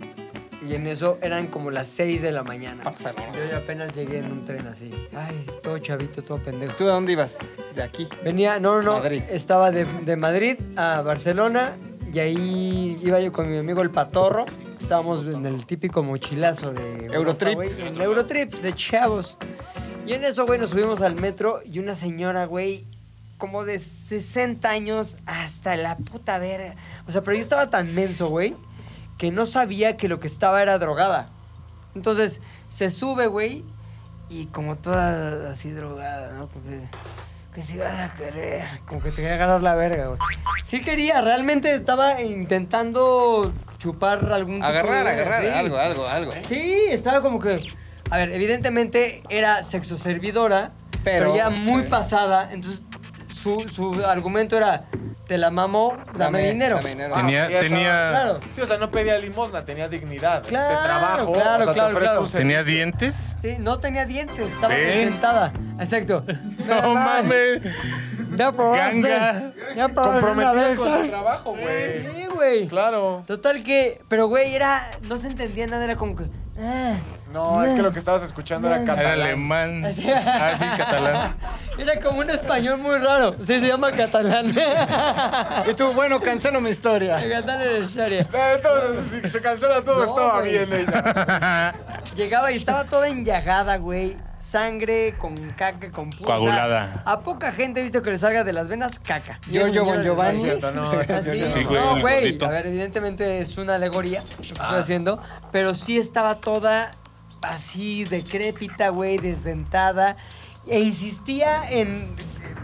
[SPEAKER 2] Y en eso eran como las 6 de la mañana. Yo ya apenas llegué en un tren así. Ay, todo chavito, todo pendejo.
[SPEAKER 3] ¿Tú de dónde ibas? De aquí.
[SPEAKER 2] Venía, no, no, no.
[SPEAKER 3] Madrid.
[SPEAKER 2] Estaba de, de Madrid a Barcelona. Y ahí iba yo con mi amigo el Patorro. Estábamos en el típico mochilazo de Europa,
[SPEAKER 3] Eurotrip.
[SPEAKER 2] güey, en el Eurotrip de chavos. Y en eso, güey, nos subimos al metro y una señora, güey, como de 60 años hasta la puta verga. O sea, pero yo estaba tan menso, güey, que no sabía que lo que estaba era drogada. Entonces, se sube, güey, y como toda así drogada, ¿no? Como que, que se iba a querer, como que te quería agarrar la verga, güey. Sí quería, realmente estaba intentando chupar algún tipo de
[SPEAKER 3] Agarrar,
[SPEAKER 2] verga,
[SPEAKER 3] agarrar.
[SPEAKER 2] sí.
[SPEAKER 3] Algo, algo, algo.
[SPEAKER 2] Sí, estaba como que. A ver, evidentemente era sexo servidora, pero,
[SPEAKER 3] Pero-
[SPEAKER 2] ya muy
[SPEAKER 3] sí.
[SPEAKER 2] pasada. Entonces, su, su argumento era: te la mamo, dame, dinero.
[SPEAKER 3] Dame dinero.
[SPEAKER 4] Tenía,
[SPEAKER 5] Ah, sí,
[SPEAKER 4] tenía,
[SPEAKER 2] Claro.
[SPEAKER 5] Sí, o sea, no pedía limosna, tenía dignidad. Te
[SPEAKER 2] Claro,
[SPEAKER 5] trabajo,
[SPEAKER 2] claro,
[SPEAKER 5] o sea,
[SPEAKER 2] claro,
[SPEAKER 5] te ofrezco
[SPEAKER 2] claro.
[SPEAKER 5] un
[SPEAKER 4] tenía
[SPEAKER 5] servicio.
[SPEAKER 4] dientes.
[SPEAKER 2] Sí, no tenía dientes, estaba
[SPEAKER 4] ¿Ve?
[SPEAKER 2] sentada. Exacto.
[SPEAKER 4] ¿Eh? No mames.
[SPEAKER 2] Ya probaste.
[SPEAKER 4] Ganga.
[SPEAKER 2] Ya probaste. una
[SPEAKER 5] Comprometida
[SPEAKER 2] vez,
[SPEAKER 5] con su trabajo, güey.
[SPEAKER 2] Sí, güey.
[SPEAKER 5] Claro.
[SPEAKER 2] Total que, pero güey, era, no se entendía nada, era como que... ah,
[SPEAKER 5] No, es que lo que estabas escuchando era
[SPEAKER 4] Era
[SPEAKER 5] catalán.
[SPEAKER 4] alemán. Ah,
[SPEAKER 2] así.
[SPEAKER 4] sí, catalán.
[SPEAKER 2] Era como un español muy raro. Sí, se llama catalán.
[SPEAKER 3] Ah. Y tú, bueno, cancelo mi historia.
[SPEAKER 2] catalán era Sharia.
[SPEAKER 5] Eh, Entonces, si se cancela
[SPEAKER 2] No,
[SPEAKER 5] todo, estaba
[SPEAKER 2] güey.
[SPEAKER 5] bien ella.
[SPEAKER 2] Llegaba y estaba toda enllagada, güey. Sangre con caca, con pulsa.
[SPEAKER 4] Coagulada.
[SPEAKER 2] A poca gente he visto que le salga de las venas caca. Y
[SPEAKER 3] Yo,
[SPEAKER 2] esa
[SPEAKER 3] yo,
[SPEAKER 2] señora
[SPEAKER 3] Bon
[SPEAKER 2] le
[SPEAKER 3] Giovanni.
[SPEAKER 5] No
[SPEAKER 2] salía
[SPEAKER 5] es cierto, no, es
[SPEAKER 2] Así,
[SPEAKER 5] cierto.
[SPEAKER 4] Sí,
[SPEAKER 2] no,
[SPEAKER 4] güey, el Ah.
[SPEAKER 2] güey.
[SPEAKER 4] gordito.
[SPEAKER 2] A ver, evidentemente es una alegoría lo que estoy haciendo, pero sí estaba toda así decrépita, güey, desdentada e insistía en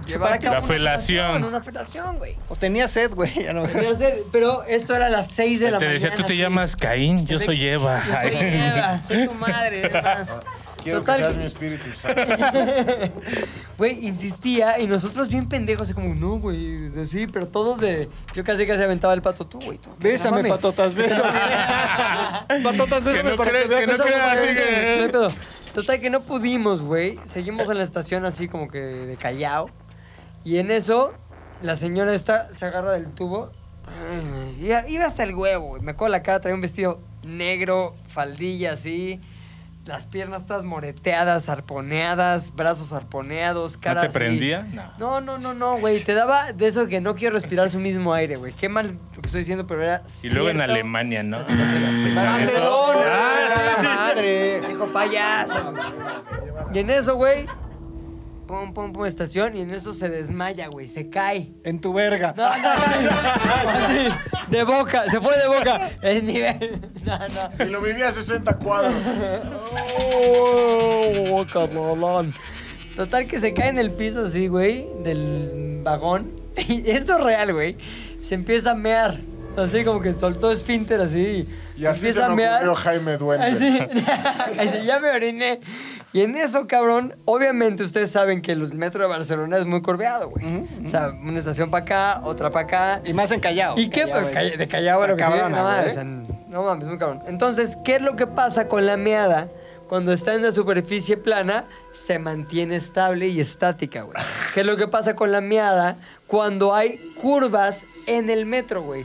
[SPEAKER 2] llevar a
[SPEAKER 3] La
[SPEAKER 2] cabo una
[SPEAKER 4] felación.
[SPEAKER 2] Una felación, güey.
[SPEAKER 3] O Pues tenía sed, güey. ya no-
[SPEAKER 2] Quería hacer- Pero esto era a las 6 de la
[SPEAKER 4] Te
[SPEAKER 2] mañana.
[SPEAKER 4] decía, tú te
[SPEAKER 2] así.
[SPEAKER 4] llamas Caín, yo
[SPEAKER 2] Yo
[SPEAKER 4] soy Eva.
[SPEAKER 2] Yo soy Eva, soy tu madre, además.
[SPEAKER 5] Quiero
[SPEAKER 2] Total,
[SPEAKER 5] que seas mi espíritu. santo.
[SPEAKER 2] Güey, insistía y nosotros bien pendejos, así como, no, güey, de- sí, pero todos de. Yo casi casi aventaba el pato tú, güey. tú,
[SPEAKER 3] Bésame,
[SPEAKER 2] mami.
[SPEAKER 3] patotas, bésame. patotas,
[SPEAKER 4] Que
[SPEAKER 3] bésame
[SPEAKER 4] no
[SPEAKER 3] para
[SPEAKER 4] crea-
[SPEAKER 3] que vea
[SPEAKER 4] que no
[SPEAKER 3] somos
[SPEAKER 4] crea, así
[SPEAKER 3] amigos.
[SPEAKER 4] que-
[SPEAKER 2] No hay pedo. Total que no pudimos, güey. Seguimos en la estación así como que de callao. Y en eso, la señora esta se agarra del tubo. Y a- Iba hasta el huevo, güey. Me acuerdo la cara, traía un vestido negro, faldilla así. Las piernas todas moreteadas, arponeadas, brazos arponeados, cara
[SPEAKER 4] ¿No te
[SPEAKER 2] así.
[SPEAKER 4] prendía? No.
[SPEAKER 2] No, no, no, no, güey. Te daba de eso que no quiero respirar su mismo aire, güey. Qué mal lo que estoy diciendo, pero era
[SPEAKER 4] Y luego en
[SPEAKER 2] cierto.
[SPEAKER 4] Alemania, ¿no?
[SPEAKER 2] Así está, sí.
[SPEAKER 4] Pensar eso.
[SPEAKER 3] Barcelona,
[SPEAKER 4] Ah, sí, sí.
[SPEAKER 3] madre.
[SPEAKER 2] Dijo payaso. Y en eso, güey. Pum, pum, pum, estación. Y en eso se desmaya, güey. Se cae.
[SPEAKER 3] En tu verga.
[SPEAKER 2] No, no, no. Así. De boca. Se fue de boca. El nivel. No, no.
[SPEAKER 5] Y lo vivía a 60 cuadros.
[SPEAKER 2] Oh, cabrón. Total que se cae en el piso así, güey, del vagón. Y esto es real, güey. Se empieza a mear. Así como que soltó esfínter así.
[SPEAKER 5] Y así
[SPEAKER 2] empieza
[SPEAKER 5] se
[SPEAKER 2] a
[SPEAKER 5] me
[SPEAKER 2] mear.
[SPEAKER 5] ocurrió Jaime Duende.
[SPEAKER 2] Así, así, ya me oriné. Y en eso, cabrón, obviamente ustedes saben que el metro de Barcelona es muy curveado, güey. O sea, una estación para acá, otra para acá.
[SPEAKER 3] Y más en Callao.
[SPEAKER 2] ¿Y qué?
[SPEAKER 3] Callao
[SPEAKER 2] Pues,
[SPEAKER 3] es-
[SPEAKER 2] calla- de Callao, bueno,
[SPEAKER 3] está
[SPEAKER 2] que sí,
[SPEAKER 3] cabrona, ¿eh?
[SPEAKER 2] no, mames,
[SPEAKER 3] güey.
[SPEAKER 2] o sea, no mames, muy cabrón. Entonces, ¿qué es lo que pasa con la meada? cuando está en una superficie plana, se mantiene estable y estática, güey. ¿Qué es lo que pasa con la miada cuando hay curvas en el metro, güey?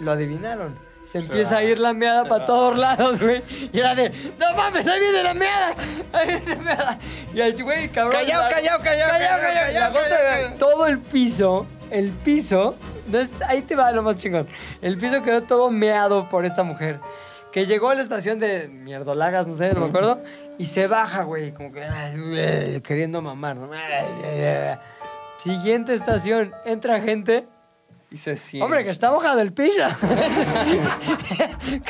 [SPEAKER 2] Lo adivinaron. Se empieza a ir la meada para todos lados, güey. Y era de, no mames, ahí viene la meada. Ahí viene la meada. Y el güey, cabrón.
[SPEAKER 3] Callao,
[SPEAKER 2] la-
[SPEAKER 3] callao, callao,
[SPEAKER 2] callao,
[SPEAKER 3] callao,
[SPEAKER 2] callao. La
[SPEAKER 3] callao,
[SPEAKER 2] gota de-
[SPEAKER 3] callao.
[SPEAKER 2] Todo el piso, el piso, no es- ahí te va lo más chingón. El piso quedó todo meado por esta mujer. Que llegó a la estación de Mierdolagas, no sé, no me acuerdo. Y se baja, güey, como que ay, queriendo mamar. ¿no? Siguiente estación, entra gente.
[SPEAKER 3] Y se siente.
[SPEAKER 2] Hombre, que está mojado el piso.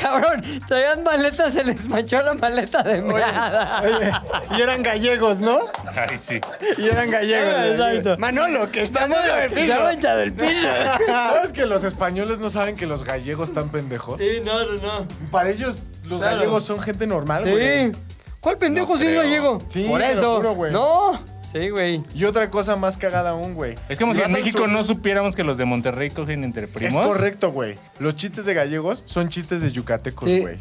[SPEAKER 2] Cabrón, traían maletas, se les manchó la maleta de meada.
[SPEAKER 3] Y eran gallegos, ¿no?
[SPEAKER 4] Ay, sí.
[SPEAKER 3] Y eran
[SPEAKER 2] Ah,
[SPEAKER 3] gallegos.
[SPEAKER 2] exacto.
[SPEAKER 3] Manolo, que está muy
[SPEAKER 2] Manolo, que se ha manchado
[SPEAKER 3] del piso.
[SPEAKER 5] ¿Sabes que los españoles no saben que los gallegos están pendejos?
[SPEAKER 2] Sí, no, no, no.
[SPEAKER 5] Para ellos, los
[SPEAKER 2] Claro.
[SPEAKER 5] gallegos son gente normal, güey.
[SPEAKER 2] Sí. ¿Cuál pendejo si es gallego?
[SPEAKER 5] Sí,
[SPEAKER 2] Por
[SPEAKER 5] te lo
[SPEAKER 2] eso.
[SPEAKER 5] juro, güey.
[SPEAKER 2] no. Sí, güey.
[SPEAKER 5] Y otra cosa más cagada aún, güey.
[SPEAKER 4] Es como si,
[SPEAKER 5] vas
[SPEAKER 4] en
[SPEAKER 5] al
[SPEAKER 4] México
[SPEAKER 5] sur-
[SPEAKER 4] no supiéramos que los de Monterrey cogen entre
[SPEAKER 5] Es
[SPEAKER 4] primos.
[SPEAKER 5] correcto, güey. Los chistes de gallegos son chistes de yucatecos,
[SPEAKER 2] Sí.
[SPEAKER 5] güey.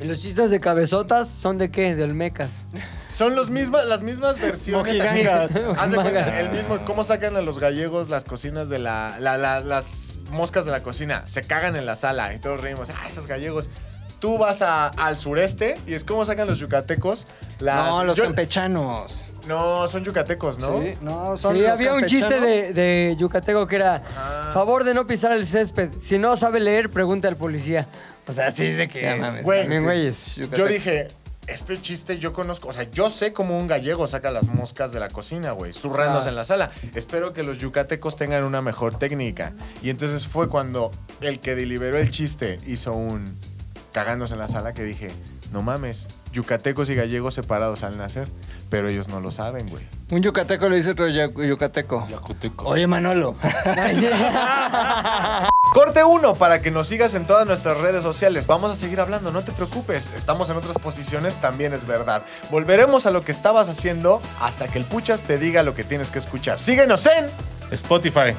[SPEAKER 2] ¿Y los chistes de cabezotas son de qué? De Olmecas.
[SPEAKER 5] Son los mismas, las mismas versiones. así.
[SPEAKER 3] Mojigangas.
[SPEAKER 5] Haz de cuenta,
[SPEAKER 2] Mojigangas.
[SPEAKER 5] el mismo, ¿cómo sacan a los gallegos las cocinas de la, la- la- las moscas de la cocina? Se cagan en la sala y todos reímos. Ah, esos gallegos. Tú vas a- al sureste y es como sacan los yucatecos las...
[SPEAKER 3] No, los
[SPEAKER 5] yo-
[SPEAKER 3] campechanos.
[SPEAKER 5] No, son yucatecos, ¿no?
[SPEAKER 3] Sí, no, son
[SPEAKER 2] Sí,
[SPEAKER 3] los
[SPEAKER 2] había un
[SPEAKER 3] campechanos.
[SPEAKER 2] chiste de, de Yucateco que era:
[SPEAKER 5] Ajá.
[SPEAKER 2] favor de no pisar el césped. Si no sabe leer, pregunta al policía. O sea, sí, de que.
[SPEAKER 3] No mames,
[SPEAKER 5] Güey,
[SPEAKER 2] también,
[SPEAKER 5] sí.
[SPEAKER 2] güeyes.
[SPEAKER 5] Yo dije, este chiste yo conozco, o sea, yo sé cómo un gallego saca las moscas de la cocina, güey, zurrándose
[SPEAKER 2] Ah.
[SPEAKER 5] en la sala. Espero que los yucatecos tengan una mejor técnica. Y entonces fue cuando el que deliberó el chiste hizo un cagándose en la sala que dije, no mames, yucatecos y gallegos separados al nacer, pero ellos no lo saben, güey.
[SPEAKER 3] Un yucateco le dice otro yu- yucateco.
[SPEAKER 4] Yacuteco.
[SPEAKER 3] Oye, Manolo.
[SPEAKER 2] Ay, sí.
[SPEAKER 5] Corte 1 para que nos sigas en todas nuestras redes sociales. Vamos a seguir hablando, no te preocupes. Estamos en otras posiciones, también es verdad. Volveremos a lo que estabas haciendo hasta que el puchas te diga lo que tienes que escuchar. Síguenos en
[SPEAKER 4] Spotify,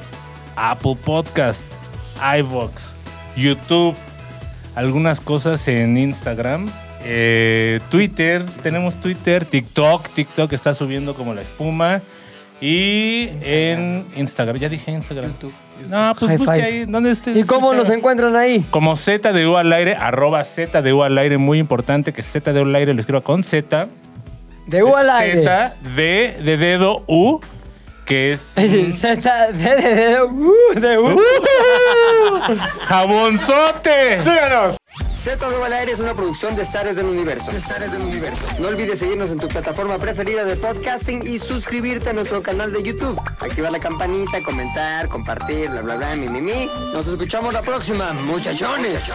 [SPEAKER 4] Apple Podcast, iVox, YouTube, algunas cosas en Instagram, eh, Twitter, tenemos Twitter, TikTok, TikTok está subiendo como la espuma. Y en Instagram, ya dije Instagram. No, pues
[SPEAKER 2] High
[SPEAKER 4] busque
[SPEAKER 2] five.
[SPEAKER 4] ahí. ¿Dónde esté?
[SPEAKER 2] ¿Y cómo nos encuentran ahí?
[SPEAKER 4] Como ZDU al aire, arroba ZDU al aire, muy importante que ZDU al aire lo escriba con Z.
[SPEAKER 2] De U al aire.
[SPEAKER 4] Z, D, de dedo, U, que es
[SPEAKER 2] Sí, Z, de, de, de, U, de U.
[SPEAKER 4] jabonzote.
[SPEAKER 5] Síganos.
[SPEAKER 1] Z2 al aire es una producción de Zares del Universo. De Zares del Universo. No olvides seguirnos en tu plataforma preferida de podcasting y suscribirte a nuestro canal de YouTube. Activar la campanita, comentar, compartir, bla, bla, bla, mi, mi, mi. Nos escuchamos la próxima, muchachones.